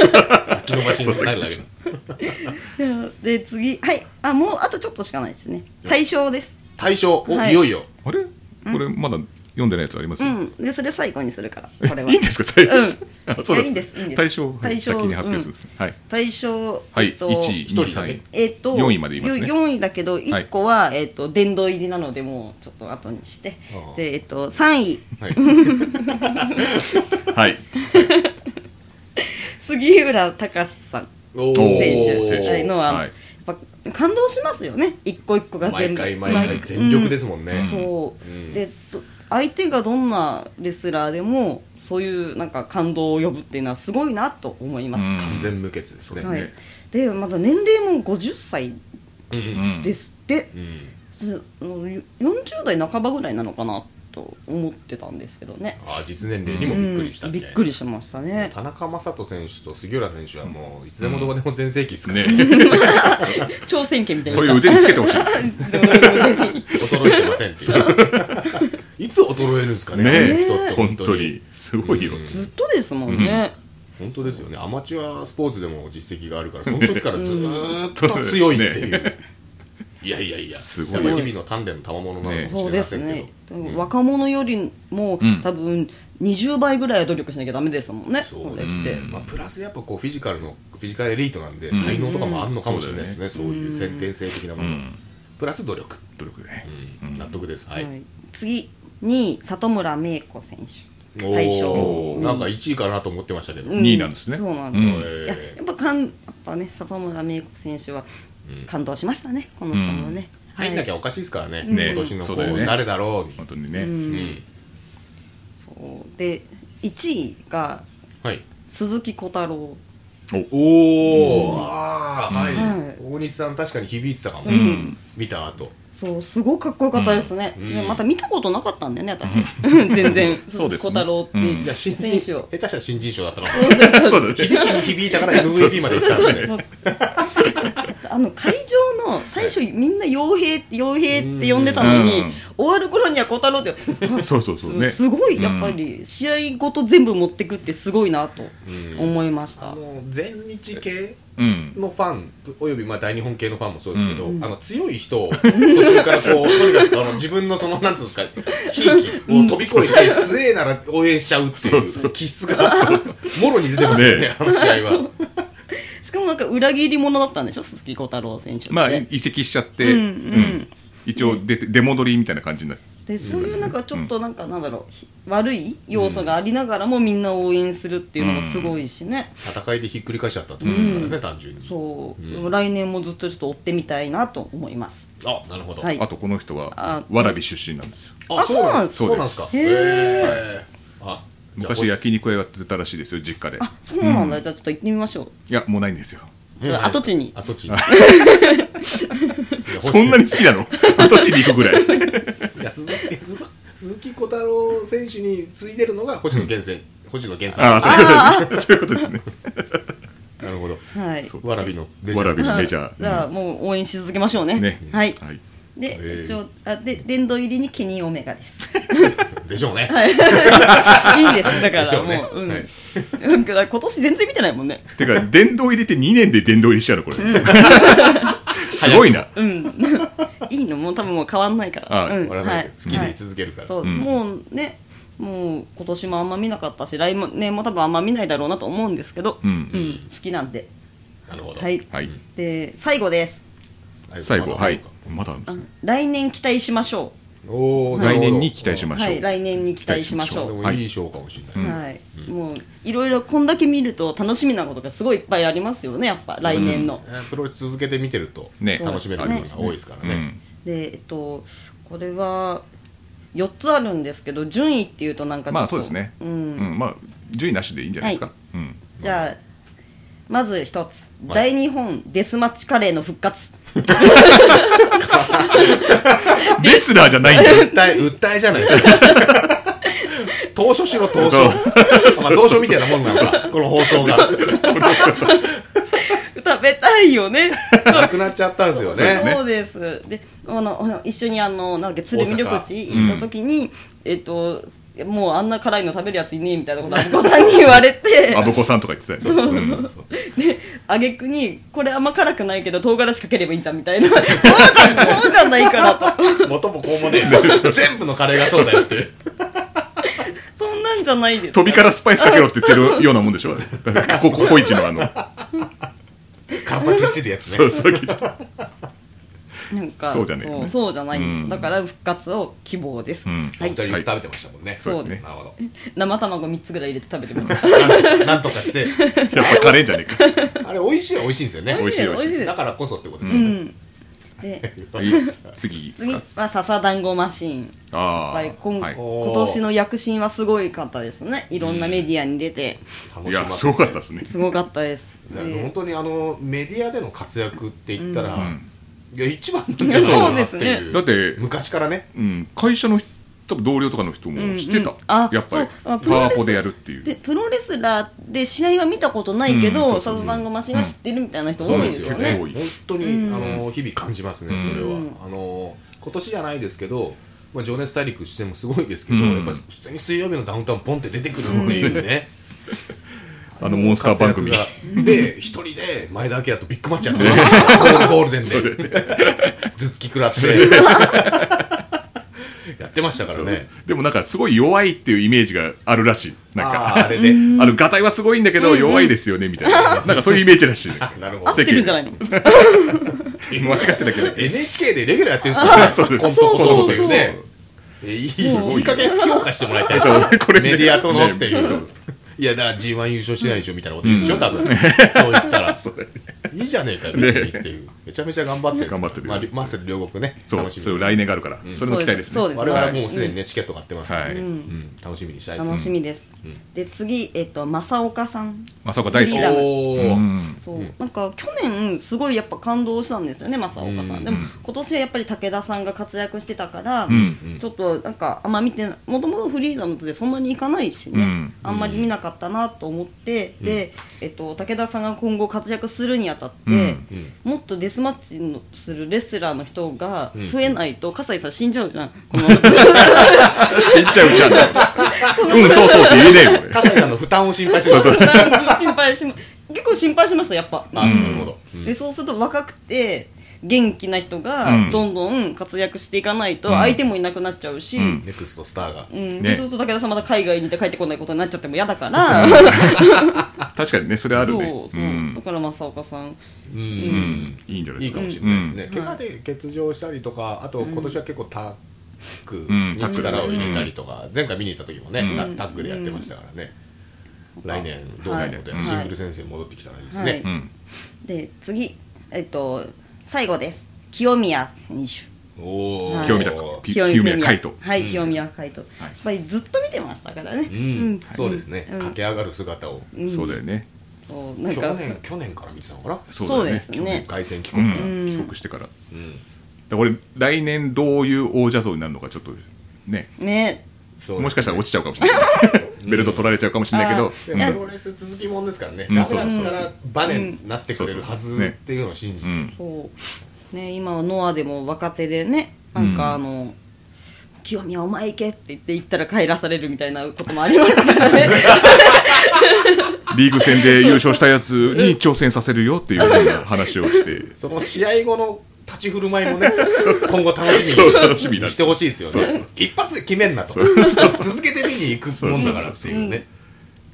C: 先延ばしになるだけの
A: で次はいあもうあとちょっとしかないですね対象です
C: 対象お、
A: はい
C: い、よいよ
B: あれこれまだ読んでないやつあります
A: うんでそれ最後にするからこれは
B: えいいんですか最後です
A: うん
B: あそうな
A: いや
B: ん
A: いいんですいいんです
B: 対象はい
A: 対象
B: 先に発表するんですねはい
A: 対象
B: はい
A: えっと
B: 1位
C: 一人
B: 2位3位
A: えっと
E: 四位まで言いますね
A: よ四位だけど一個は、えっと殿堂入りなのでもうちょっと後にして
C: ああ
A: でえっと三位
C: はい
B: はい
A: 杉浦隆さん
C: お
B: ー
A: 選
B: 選
A: 手
B: 手
A: のは、
B: はい
A: やっぱ感動しますよね一個一個が全
C: 毎
A: 部
C: 回毎回全力ですもん
A: うん
C: ね、
A: そう、
C: うん
A: でと相手がどんなレスラーでもそういうなんか感動を呼ぶっていうのはすごいなと思います、
E: うん
C: 完全無欠ですね、
A: はい、でまだ年齢も50歳
C: うん
E: う
C: うん
E: ん
A: ですって
C: う、ん
A: つあのよ40代半ばぐらいなのかなと思ってたんですけどね
C: あー実年齢にもびっくりした
A: うん
C: みたいな、
A: びっくりしましたね
C: 田中将人選手と杉浦選手はもういつでもどこでも全盛期ですから、ね、
B: ね
A: 挑戦権みたいな
B: そういう腕につけてほしいです
A: でもでもぜひ
C: 衰えてませんっていういつ衰えるんですかね
B: ね
C: あの人って
B: 本当にすごいよ
C: うん
A: ずっとですもんね、
C: 本当ですよねアマチュアスポーツでも実績があるからその時からずーっと強いっていう、いやいやいや
B: すごい
C: やっぱ日々の鍛錬の賜物なのか
A: そ
C: もし
A: う
C: れ
A: で
C: ますせんけど、
A: ね、でも若者よりも、
E: うん
A: 多分20倍ぐらいは努力しなきゃダメですもんね
C: そう
A: れ
C: で
A: っ
C: す
A: て、
C: ね、まあ、プラスやっぱこうフィジカルのフィジカルエリートなんで才能とかもあるのかもしれないですね、そういう先天性的なもの、
E: うん
C: プラス努力、
B: 努力でね
C: うん納得ですはい、
A: はい次に里村芽衣子選手
C: おー
A: 大賞
B: おー
C: なんか1位かなと思ってましたけど、
A: う
B: 二位なんですね
A: そうなん
B: う
A: で
B: ん
A: す、いやや
C: え
A: っぱかんやっぱね里村芽衣子選手は
C: うん
A: 感動しましたねこの人もね、
C: ー入んなきゃおかしいですからね、
B: ね
C: 今年の
B: そう
C: こ
B: だよね
C: 誰だろうに
B: 本当に
A: うん
B: ね
C: うん
A: そうで1位が
C: はい
A: 鈴木小太郎
C: おおああはい、
A: はい
C: 大西さん確かに響いてたかも、
B: うん
C: 見た後
A: そうすごくかっこよかったですね、
C: うん
A: で
C: うん
A: また見たことなかったんだよね私 [LAUGHS] 全然
B: そうです
A: 小
B: ね
A: 太郎って、
B: うん
C: じゃあ新
A: 選
C: 人
A: 手
C: 賞 [LAUGHS]
A: を
C: 下手したら新人賞だったのかも
B: そうだね
C: 響きに響いたから MVP までいったんですね
A: そうあの会場の最初みんな傭兵傭兵って呼んでたのに、
B: うん
A: 終わる頃には小太郎ってあ
B: そうそうそうね
A: すすごいやっぱり試合ごと全部持ってくってすごいなと思いました、
C: もう全日系
B: うん
C: のファンおよびまあ大日本系のファンもそうですけど、
A: うん
C: あの強い人を途中からこうとにかくあの自分のそのなんつうんですかひいきを飛び越えて強えなら応援しちゃうっていう気質がもろに出てますよね
B: ね
C: あの試合は。
A: しかもなんか裏切り者だったんでしょ鈴木小太郎選手って、
B: まあ移籍しちゃって
A: うんうん
B: うん一応出て出戻りみたいな感じになって
A: でそういうなんかちょっとなんかなんだろう、ひ悪い要素がありながらもみんな応援するっていうのもすごいしね、
C: 戦いでひっくり返しちゃったってことですからね、
A: うん
C: 単純に
A: そう、
C: うん
A: でも来年もずっとちょっと追ってみたいなと思います
C: あなるほど、
A: はい
B: あとこの人は
A: あ
B: 蕨出身なんですよ
A: あ
C: そ
B: そうう
C: な
B: なんん
C: で
B: ですす
C: か
A: へー
C: へーあじゃあ
B: 昔焼肉屋やってたらしいですよ実家で
A: あそうなんだ、じゃあちょっと行ってみましょう
B: いやもうないんですよ
A: ちょっと跡地に
C: 跡地
B: そんなに好
A: [LAUGHS]
B: きなの跡地に行くぐらい
C: いや鈴木鈴鈴木小太郎選手に次いでるのが星野源選星野源
B: あ
C: さ
B: あそういうことですね
C: んなるほど
A: はい
B: そう
C: わらびのレジェ
B: わら
C: ンド
B: び
A: だから
B: メジャ
A: だから
B: ー
A: もう応援し続けましょう
B: う
A: ね
B: んね
A: はい
B: い
A: で
C: ー
A: 一応あで殿堂入りにケニー・オメガです
C: でしょうね
A: [LAUGHS] はいいいんですだか
C: でしょ
A: ら
C: うね
A: もううん、
B: はい
A: なんか今年全然見てないもんね [LAUGHS]
B: てか殿堂入れて2年で殿堂入りしちゃうのこれ [LAUGHS] すごいな
A: うん [LAUGHS] いいのもう多分もう変わんないから
B: あ
A: うん
C: わらび
A: は
C: の
A: い
C: 好きで居続けるから
A: そう、
B: うん
A: もうねもう今年もあんま見なかったし来年も多分あんま見ないだろうなと思うんですけど、
B: うん
A: 好きなんで
C: なるほど
A: はい
B: はい
A: で最後です
B: 最後
C: まだ
B: はいまだあるんですね
A: 来年期待しましょ
C: おお
B: 来年に期待し
C: ま
B: まし
A: は
B: ょ
A: いう来年に期待しまし
C: で
A: ょう
C: もいい賞かもしれない
A: はい、もういろいろこんだけ見ると楽しみなことがすごいいっぱいありますよねやっぱ来年の、
C: えープロレス続けて見てると
B: ね
C: 楽しめる部分が多いですから
B: う
C: ね
B: ん
A: でえっとこれは4つあるんですけど順位っていうとなんかちょっと
B: まあそうですね
A: うん
B: うんまあ順位なしでいいんじゃないですか
A: は
B: うん
A: じゃあまず一つ、
C: はい
A: 大日本デスマッチカレーの復活 [LAUGHS]
B: レスラーじゃないん
C: [LAUGHS]
B: だよ
C: 訴え訴えじゃな
B: [LAUGHS]
C: いですか投書しろ投書
B: そう
C: まあ投書みたいなもんなんさこの放送が
A: 食べたいよね
C: なくなっちゃったんですよね
A: そうですであのあの一緒にあのなんだっけ鶴見緑地
B: 大阪
A: 行った時に、えっともうあんな辛いの食べるやついねえみたいなことをお子さんに言われ
B: [LAUGHS]
A: て
B: アボコさんとか言ってたようん
A: で挙句にこれ甘辛くないけど唐辛子かければいいんじゃんみたいな [LAUGHS] そうじゃそうじゃないからと
C: 元も子もね全部のカレーがそうだよっていう
A: そんなんじゃないです
B: 飛びからスパイスかけろって言ってるようなもんでしょここコイチのあの
C: 辛さきっちりやつ
B: そ
C: ね
B: うそう
A: なんか
B: そうじゃねえよ
A: そ
B: ね
A: うそうじゃないんです、
B: うん
A: だから復活を希望です、
B: うん
A: は
C: お二
A: い
C: 人よく食べてましたもんね
B: そうですね
C: なるほど
A: 生卵3つぐらい入れて食べてました
B: [LAUGHS]
C: なんなんとかして
B: やっぱカレーじゃねえか
C: あれ美味しいは美味しいんですよね
A: 美味しい美味しいです
C: だからこそってことで
A: う
C: すよね
A: ん、
B: [LAUGHS]
A: で
B: 次いいです
A: 次
B: か
A: は笹団子マシンやっ
B: あ
A: ぱり今,、
B: あ
C: おー
A: 今年の躍進はすごい方ですねいろんなメディアに出て
B: はいい
C: 楽し
B: や
C: み
B: すごかったですね
A: すごかった
B: [LAUGHS]
A: です、
C: いや
A: で
C: 本当にあのメディアでの活躍って言ったら、
B: ん
C: いや一番なんじゃないかなって
A: そうです
C: いう
A: ね
B: だって
C: 昔からね
B: うん会社の人多分同僚とかの人
A: うんう
B: も
A: ん
B: 知ってた
A: あ
B: やっぱり
A: そうあプ
B: パ
A: ロレス
B: ワポでやるってい
A: で
B: う
A: プロレスラーで試合は見たことないけ
B: うん
A: ど、
B: そうそうそう
A: 笹団子マシンは知ってるみたいな人多いですよ
B: そう
A: ね。
B: 多
C: 本
B: い
C: 当に、
A: うん
C: あの日々感じますね、
B: うん
C: それはあの今年じゃないですけど「まあ、情熱大陸」出演もすごいですけど、
B: うん
C: やっぱり普通に水曜日のダウンタウンポンって出てくるっていうね、
B: あのモンスター番組
C: 活躍がで一人で前田明とビッグマッチやってるゴールゴールデンで頭突き食らって
B: [LAUGHS]
C: やってましたからね
B: でもなんかすごい弱いっていうイメージがあるらしいなん
C: あ
B: か
C: ーあれで
B: あのガタイはす
C: [LAUGHS]
B: ごいんだけど弱いですよねみたいななんかそういうイメージらしい
C: なるほ
A: 合
C: ど
A: ってるんじゃないの
B: って間違ってたけど
C: NHK でレギュラーやってるんですからねコントコントという
B: そうそう
C: ね
B: そう
C: えいい
A: そう
C: いい加減評価してもらいたいです
B: そうこれね
C: メディアとのってい
B: ねそうう
C: いやだから G1 優勝してないでしょみたいなこと言うでしょ多分そう言った
B: [LAUGHS]
C: らいいじゃねえかよ別にっていうめちゃめちゃ頑張ってるんですよ
B: 頑張ってる
C: まありマッセル両国ね
B: そう
C: 楽しみ
B: そ
C: に
B: れ来年があるから、それも期待ですね
A: そうです
C: 我々はもうすでにねチケット買ってますから
B: はい
C: ね
B: うん
C: うん楽しみにしたいですね
A: 楽しみです、で次、えっと正岡さん
E: 正岡大好き
A: リーダー
C: お
E: う
C: ー
E: ん
A: そうなんか去年すごいやっぱ感動したんですよね正岡さん、
C: うん
A: でも今年はやっぱり武田さんが活躍してたから、
E: うん
C: うん
A: ちょっとなんかあんま見てなもともとフリーダムズでそんなに行かないしね、
E: うん
A: あんまり見なかったなと思って、で、えっと、武田さんが今後活躍するにあたって、
E: うん
C: うん
A: もっとデスマッチのするレスラーの人が
C: うん
A: 増えないと葛西さん死んじゃうじ
C: [LAUGHS]
A: ゃん、この
B: 死んじゃうじゃ
A: [LAUGHS]
B: んだようんそうそうって言えねえよ俺
C: 笠井さんの負担を心配してます
A: 心配しま結構心配しましたやっぱ、
C: あなるほどうん
A: でそうすると若くて元気な人
E: うん
A: がどんどん活躍していかないと
E: うん
A: 相手もいなくなっちゃうし、
E: うん
C: ネクストスターが
A: うん
E: ね
A: そうすると武田さんまた海外に行って帰ってこないことになっちゃっても嫌だから、
B: 確かにねそれあるね
A: そうそう、
E: うん
A: だから正岡さん
C: うん
E: うん
B: いいんじゃないで
C: いい
B: すか
C: かもしれないですね、怪我で欠場したりとかあと今年は結構タッグに力を入れたりとか、前回見に行った時もね、
E: うん
C: タタッグでやってましたからね、来年どうなるので、
A: はい
C: シングル先生戻ってきたらいいですね、
A: はい
E: うん
A: で次えっと最後です清宮選手
C: おお、
A: はい
B: 興味高いピ清宮海斗
A: はい、
C: うん
A: 清宮海斗、
B: は
A: や
B: い
A: っぱりずっと見てましたからね、
C: うんそうですね、
A: うん
C: 駆け上がる姿を
A: ん
B: そうだよね
A: そうなん
C: 去
A: か
C: 年去年から見てたのかな
B: そうだよね
A: そうですね
C: 凱旋帰国から、
B: う
C: うん
B: 帰国してから
C: ん
B: で俺来年どういう王者像になるのかちょっとね
A: ね
C: そう
B: もしかしたら落ちちゃうかもし [LAUGHS] れないベルト取られちゃうかもしれないけど
C: で
B: うん
C: プロレス続きもんですからね、
B: うん
C: だからったらバネになってくれるは
B: う
C: ず
B: ん
C: っていうのを信じて、
B: うん
A: そうね今はノアでも若手でねなんかあの、清宮お前行けって言って行ったら帰らされるみたいなこともありましたからね
B: リーグ戦で優勝したやつに挑戦させるよっていうふうな話をして
C: その試合後の立ち振る舞い
B: [LAUGHS]
C: もね、今後楽し
B: そう楽しみ
C: み
B: にな
C: に
B: る
C: してほしいですよ
B: そう
C: ね
B: そう。
C: 一発で決めんなと。
B: そう
C: 続けて見に行くもんだからっていうね。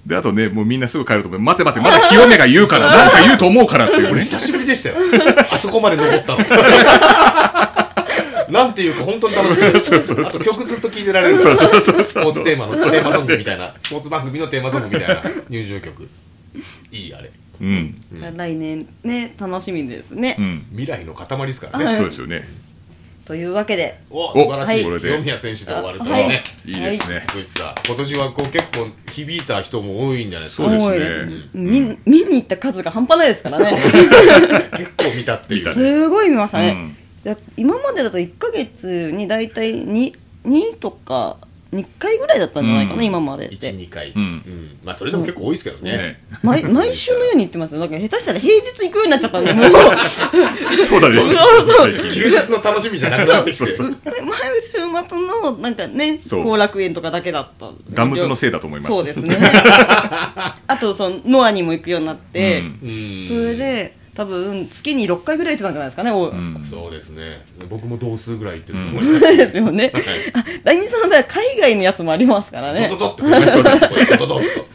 B: であとねもうみんなすぐ帰ると思う待て待てまだ清めが言う [LAUGHS] からなんか言うと思うからっていう
C: 俺
B: ね
C: 久しぶりでしたよ。あそこまで登ったの。 [LAUGHS] なんていうか本当に楽しみです。あと曲ずっと聴いてられる。スポ
B: そうそうそうそう
C: ーツテーマのテーマソングみたいな、スポーツ番組のテーマソングみたいな入場曲。いいあれ。
B: [LAUGHS] うん
A: [LAUGHS] 来年ね楽しみですね、
E: うん
C: 未来の塊ですから
A: はい
C: ね。
B: そうですよね
A: というわけで
C: お、素晴らし
A: はい
C: い。
A: こ
B: れで
C: 清宮選手で終わるとは
A: は
C: ね。
B: いいですね
C: そうですさ今年はこう結構響いた人も多いんじゃないですか
B: そうですね
A: 見見に行った数が半端ないですからね
C: 結構見たっていう
B: 見たね
A: すごい見ました
E: う
A: ね
E: ん、
A: いや今までだと1か月に大体 2, 2とか2回ぐらいだったんじゃないかな、
E: うん
A: 今までって
C: 12回、
E: ん
C: うんまあそれでも結構多いですけどね
B: ね
A: 毎毎週のように言ってますよだから下手したら平日行くようになっちゃったんでもう
B: そうだね最近
C: 休日の楽しみじゃなくなってき
B: そ
C: て
B: うそう
A: 毎週末のなんかね
B: そう
A: 後楽園とかだけだった
B: ガムズのせいだと思います
A: そうですねあとそのノアにも行くようになって、
B: うん
C: うん
A: それで多分月に6回ぐらい行ってたんじゃないですかね、お
E: うん
C: そうですね僕も同数ぐらい行ってると思います、
A: そうですよね、あ第二さんは海外のやつもありますからね
C: ドドドってそうですドドドッと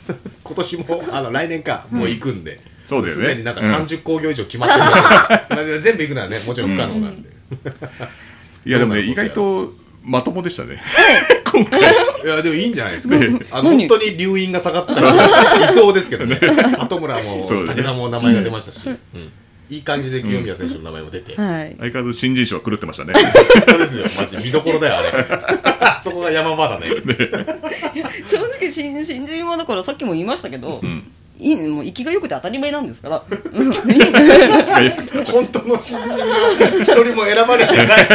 C: 今年もあの来年かもう行くんで、
B: そうだよね
C: すでになんか30工業以上決まってるんで、全部行くのはねもちろん不可能なんで、
B: いやでもね
C: どう
B: 意
C: なる
B: 外
C: こと
B: とまともでしたね
C: いやでもいいんじゃないですかあの本
A: 何
C: 当に留飲が下がったら理想ですけどね里村も
B: そうだね
C: 武田も名前が出ましたし、うんいい感じで清宮選手の名前も出て、
A: はい
B: 相変わらず新人賞は狂ってましたね [LAUGHS]
C: 本当ですよ、マジ見どころだよ、あれ。そこが山場だね。
A: 正直新新人はだからさっきも言いましたけど、いいもう生きがよくて当たり前なんですから [LAUGHS] うん
C: 本当の新人が一人も選ばれてない。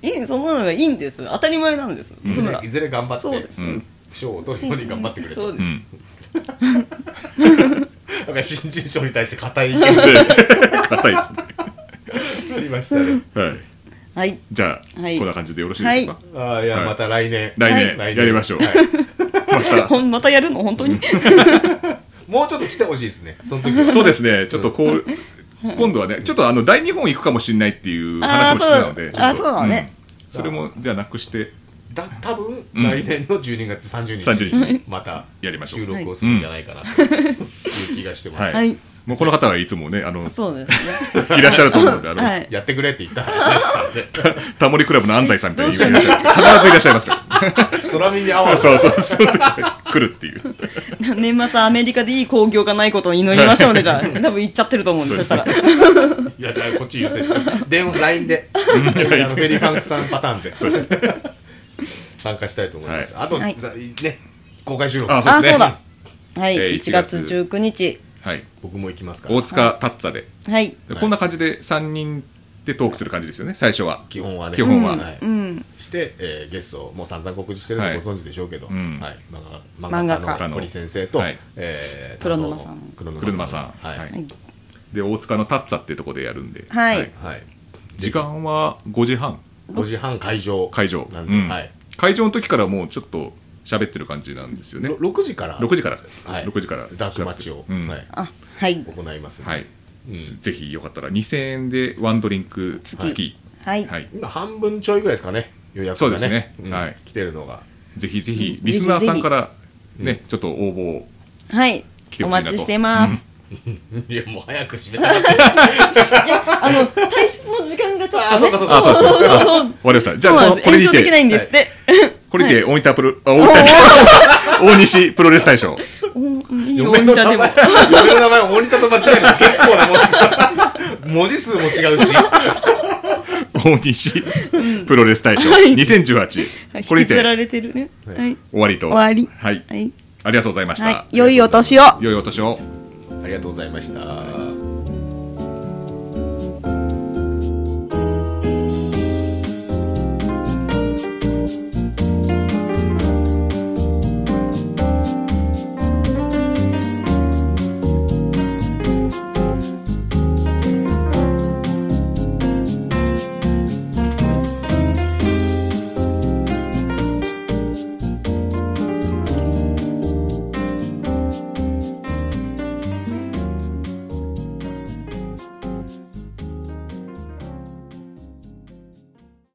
A: いいそんなのがいいんです当たり前なんです、そら
C: いずれ頑張
A: そう
C: っ
A: で
C: て
A: す、
C: 賞を取るように頑張ってくれ
A: そう
C: と。
A: です、
C: だから新人賞に対して固い意見が
B: 硬いですね
C: ありましたね。
B: はい
A: はい
B: じゃあ
A: はい
B: こんな感じでよろしいですか
C: ああいや、
B: はい
C: また来年。
B: 来
A: はい
B: 年やりましょう
C: はい
B: また
A: ほんまたやるの本当に
C: もうちょっと来てほしいですね。その時は
B: そうですねちょっとこう今度はねちょっとあの大日本行くかもしれないっていう話もしてたの
A: あーそう
B: でちょっと
A: あそうだね
B: うんそれもじゃあなくして
C: だ多分来年の12月30日
B: 30日
C: また
B: やりましょう
C: 収録をするんじゃないかなという気がしてます。
B: は
A: はい
B: もうこの方はいつもねあの
A: そうですね。
B: いらっしゃると思うんであの、
A: はい。
C: やってくれって言った
B: タモリクラブの安西さんみたいにいらっしゃるんですけど必ずいらっしゃいますから
C: 空耳合わせ
B: そうそうそう。来るっていう。
A: 年末アメリカでいい興行がないことを祈りましょうね、
B: [LAUGHS]
A: じゃあ。多分行っちゃってると思うんですよ、そしたら。
C: いやだからこっち優先して電話 LINE であのフェリーファンクさんパターンで参加したいと思います、あと、
A: はい
C: ね公開収録
B: あ
A: あ、
B: そうですね
A: そうだ。はい、
B: えー
A: 1月19日。
B: はい。
C: 僕も行きますから
B: 大塚タッツァで。
A: はい。
B: こんな感じで三人でトークする感じですよね。最初は。
C: 基本はね
B: 基本は
C: はい
A: うん。
C: して、えーゲストもう散々告知してるの
B: はい
C: ご存知でしょうけど、はい
B: ん
C: 漫画
A: 漫画
C: 家
B: 家
C: の堀先生と、
B: はい
C: えー
A: 黒沼さん
C: 黒
B: 黒沼さん。
C: はい、はい
A: い
B: で大塚のタッツァっていうところでやるんで。
A: はい
B: 時間は五時半
C: 5時半会場
B: 会場。
C: なんで、
B: うん
C: はい、
B: 会場の時からもうちょっと喋ってる感じなんですよね
C: ろ。6時から
B: 六時から。
C: はい
B: 六時から。
C: ダークマッチを、
B: うん
C: はい、
A: あ、はい。
C: 行います、ね
B: はい。
C: うん、
B: ぜひよかったら2000円でワンドリンク付
A: はい。
B: き、はい、
C: 今半分ちょいぐらいですかね予約がね
B: そうですね
C: ん
B: はい
C: 来てるのが [LAUGHS]
B: ぜひぜひリスナーさんからね、
C: ぜ
B: ちょっと応募を
A: はい
B: 来て。
A: お
B: ほしいなと
A: 待ちしてます。
C: いやもう早く閉め
B: [LAUGHS]
C: たい
A: あの、退出の時間がちょっと、ね。
C: あそうかそうか
A: [LAUGHS]
B: あ、そうですね。あわかりました。じゃあ、こ
A: そう
B: の
A: なんです
B: これ
A: 延
B: に
A: 長できな
B: て、
A: いんですって。
B: これにて、大分プロ、あ、
A: [LAUGHS]
B: 大分じゃない、大西プロレス大賞。
A: うんいいよ、
C: 嫁
A: み
C: の
A: んな
C: 名
A: でも
C: 前。嫁の名前をモニターと間違えるの結構なもんです文字数も違うし
B: 大西プロレス大賞
A: はい
B: 2018。これ
A: 引
B: に
A: きずら
B: て、
A: れてるね。
C: はい
A: はい。
B: 終わりと。
A: 終わり
B: はい。
A: はい。
B: ありがとうございまし
A: は
B: た
A: い。。良いお年を。
B: 良いお年を。
C: ありがとうございました。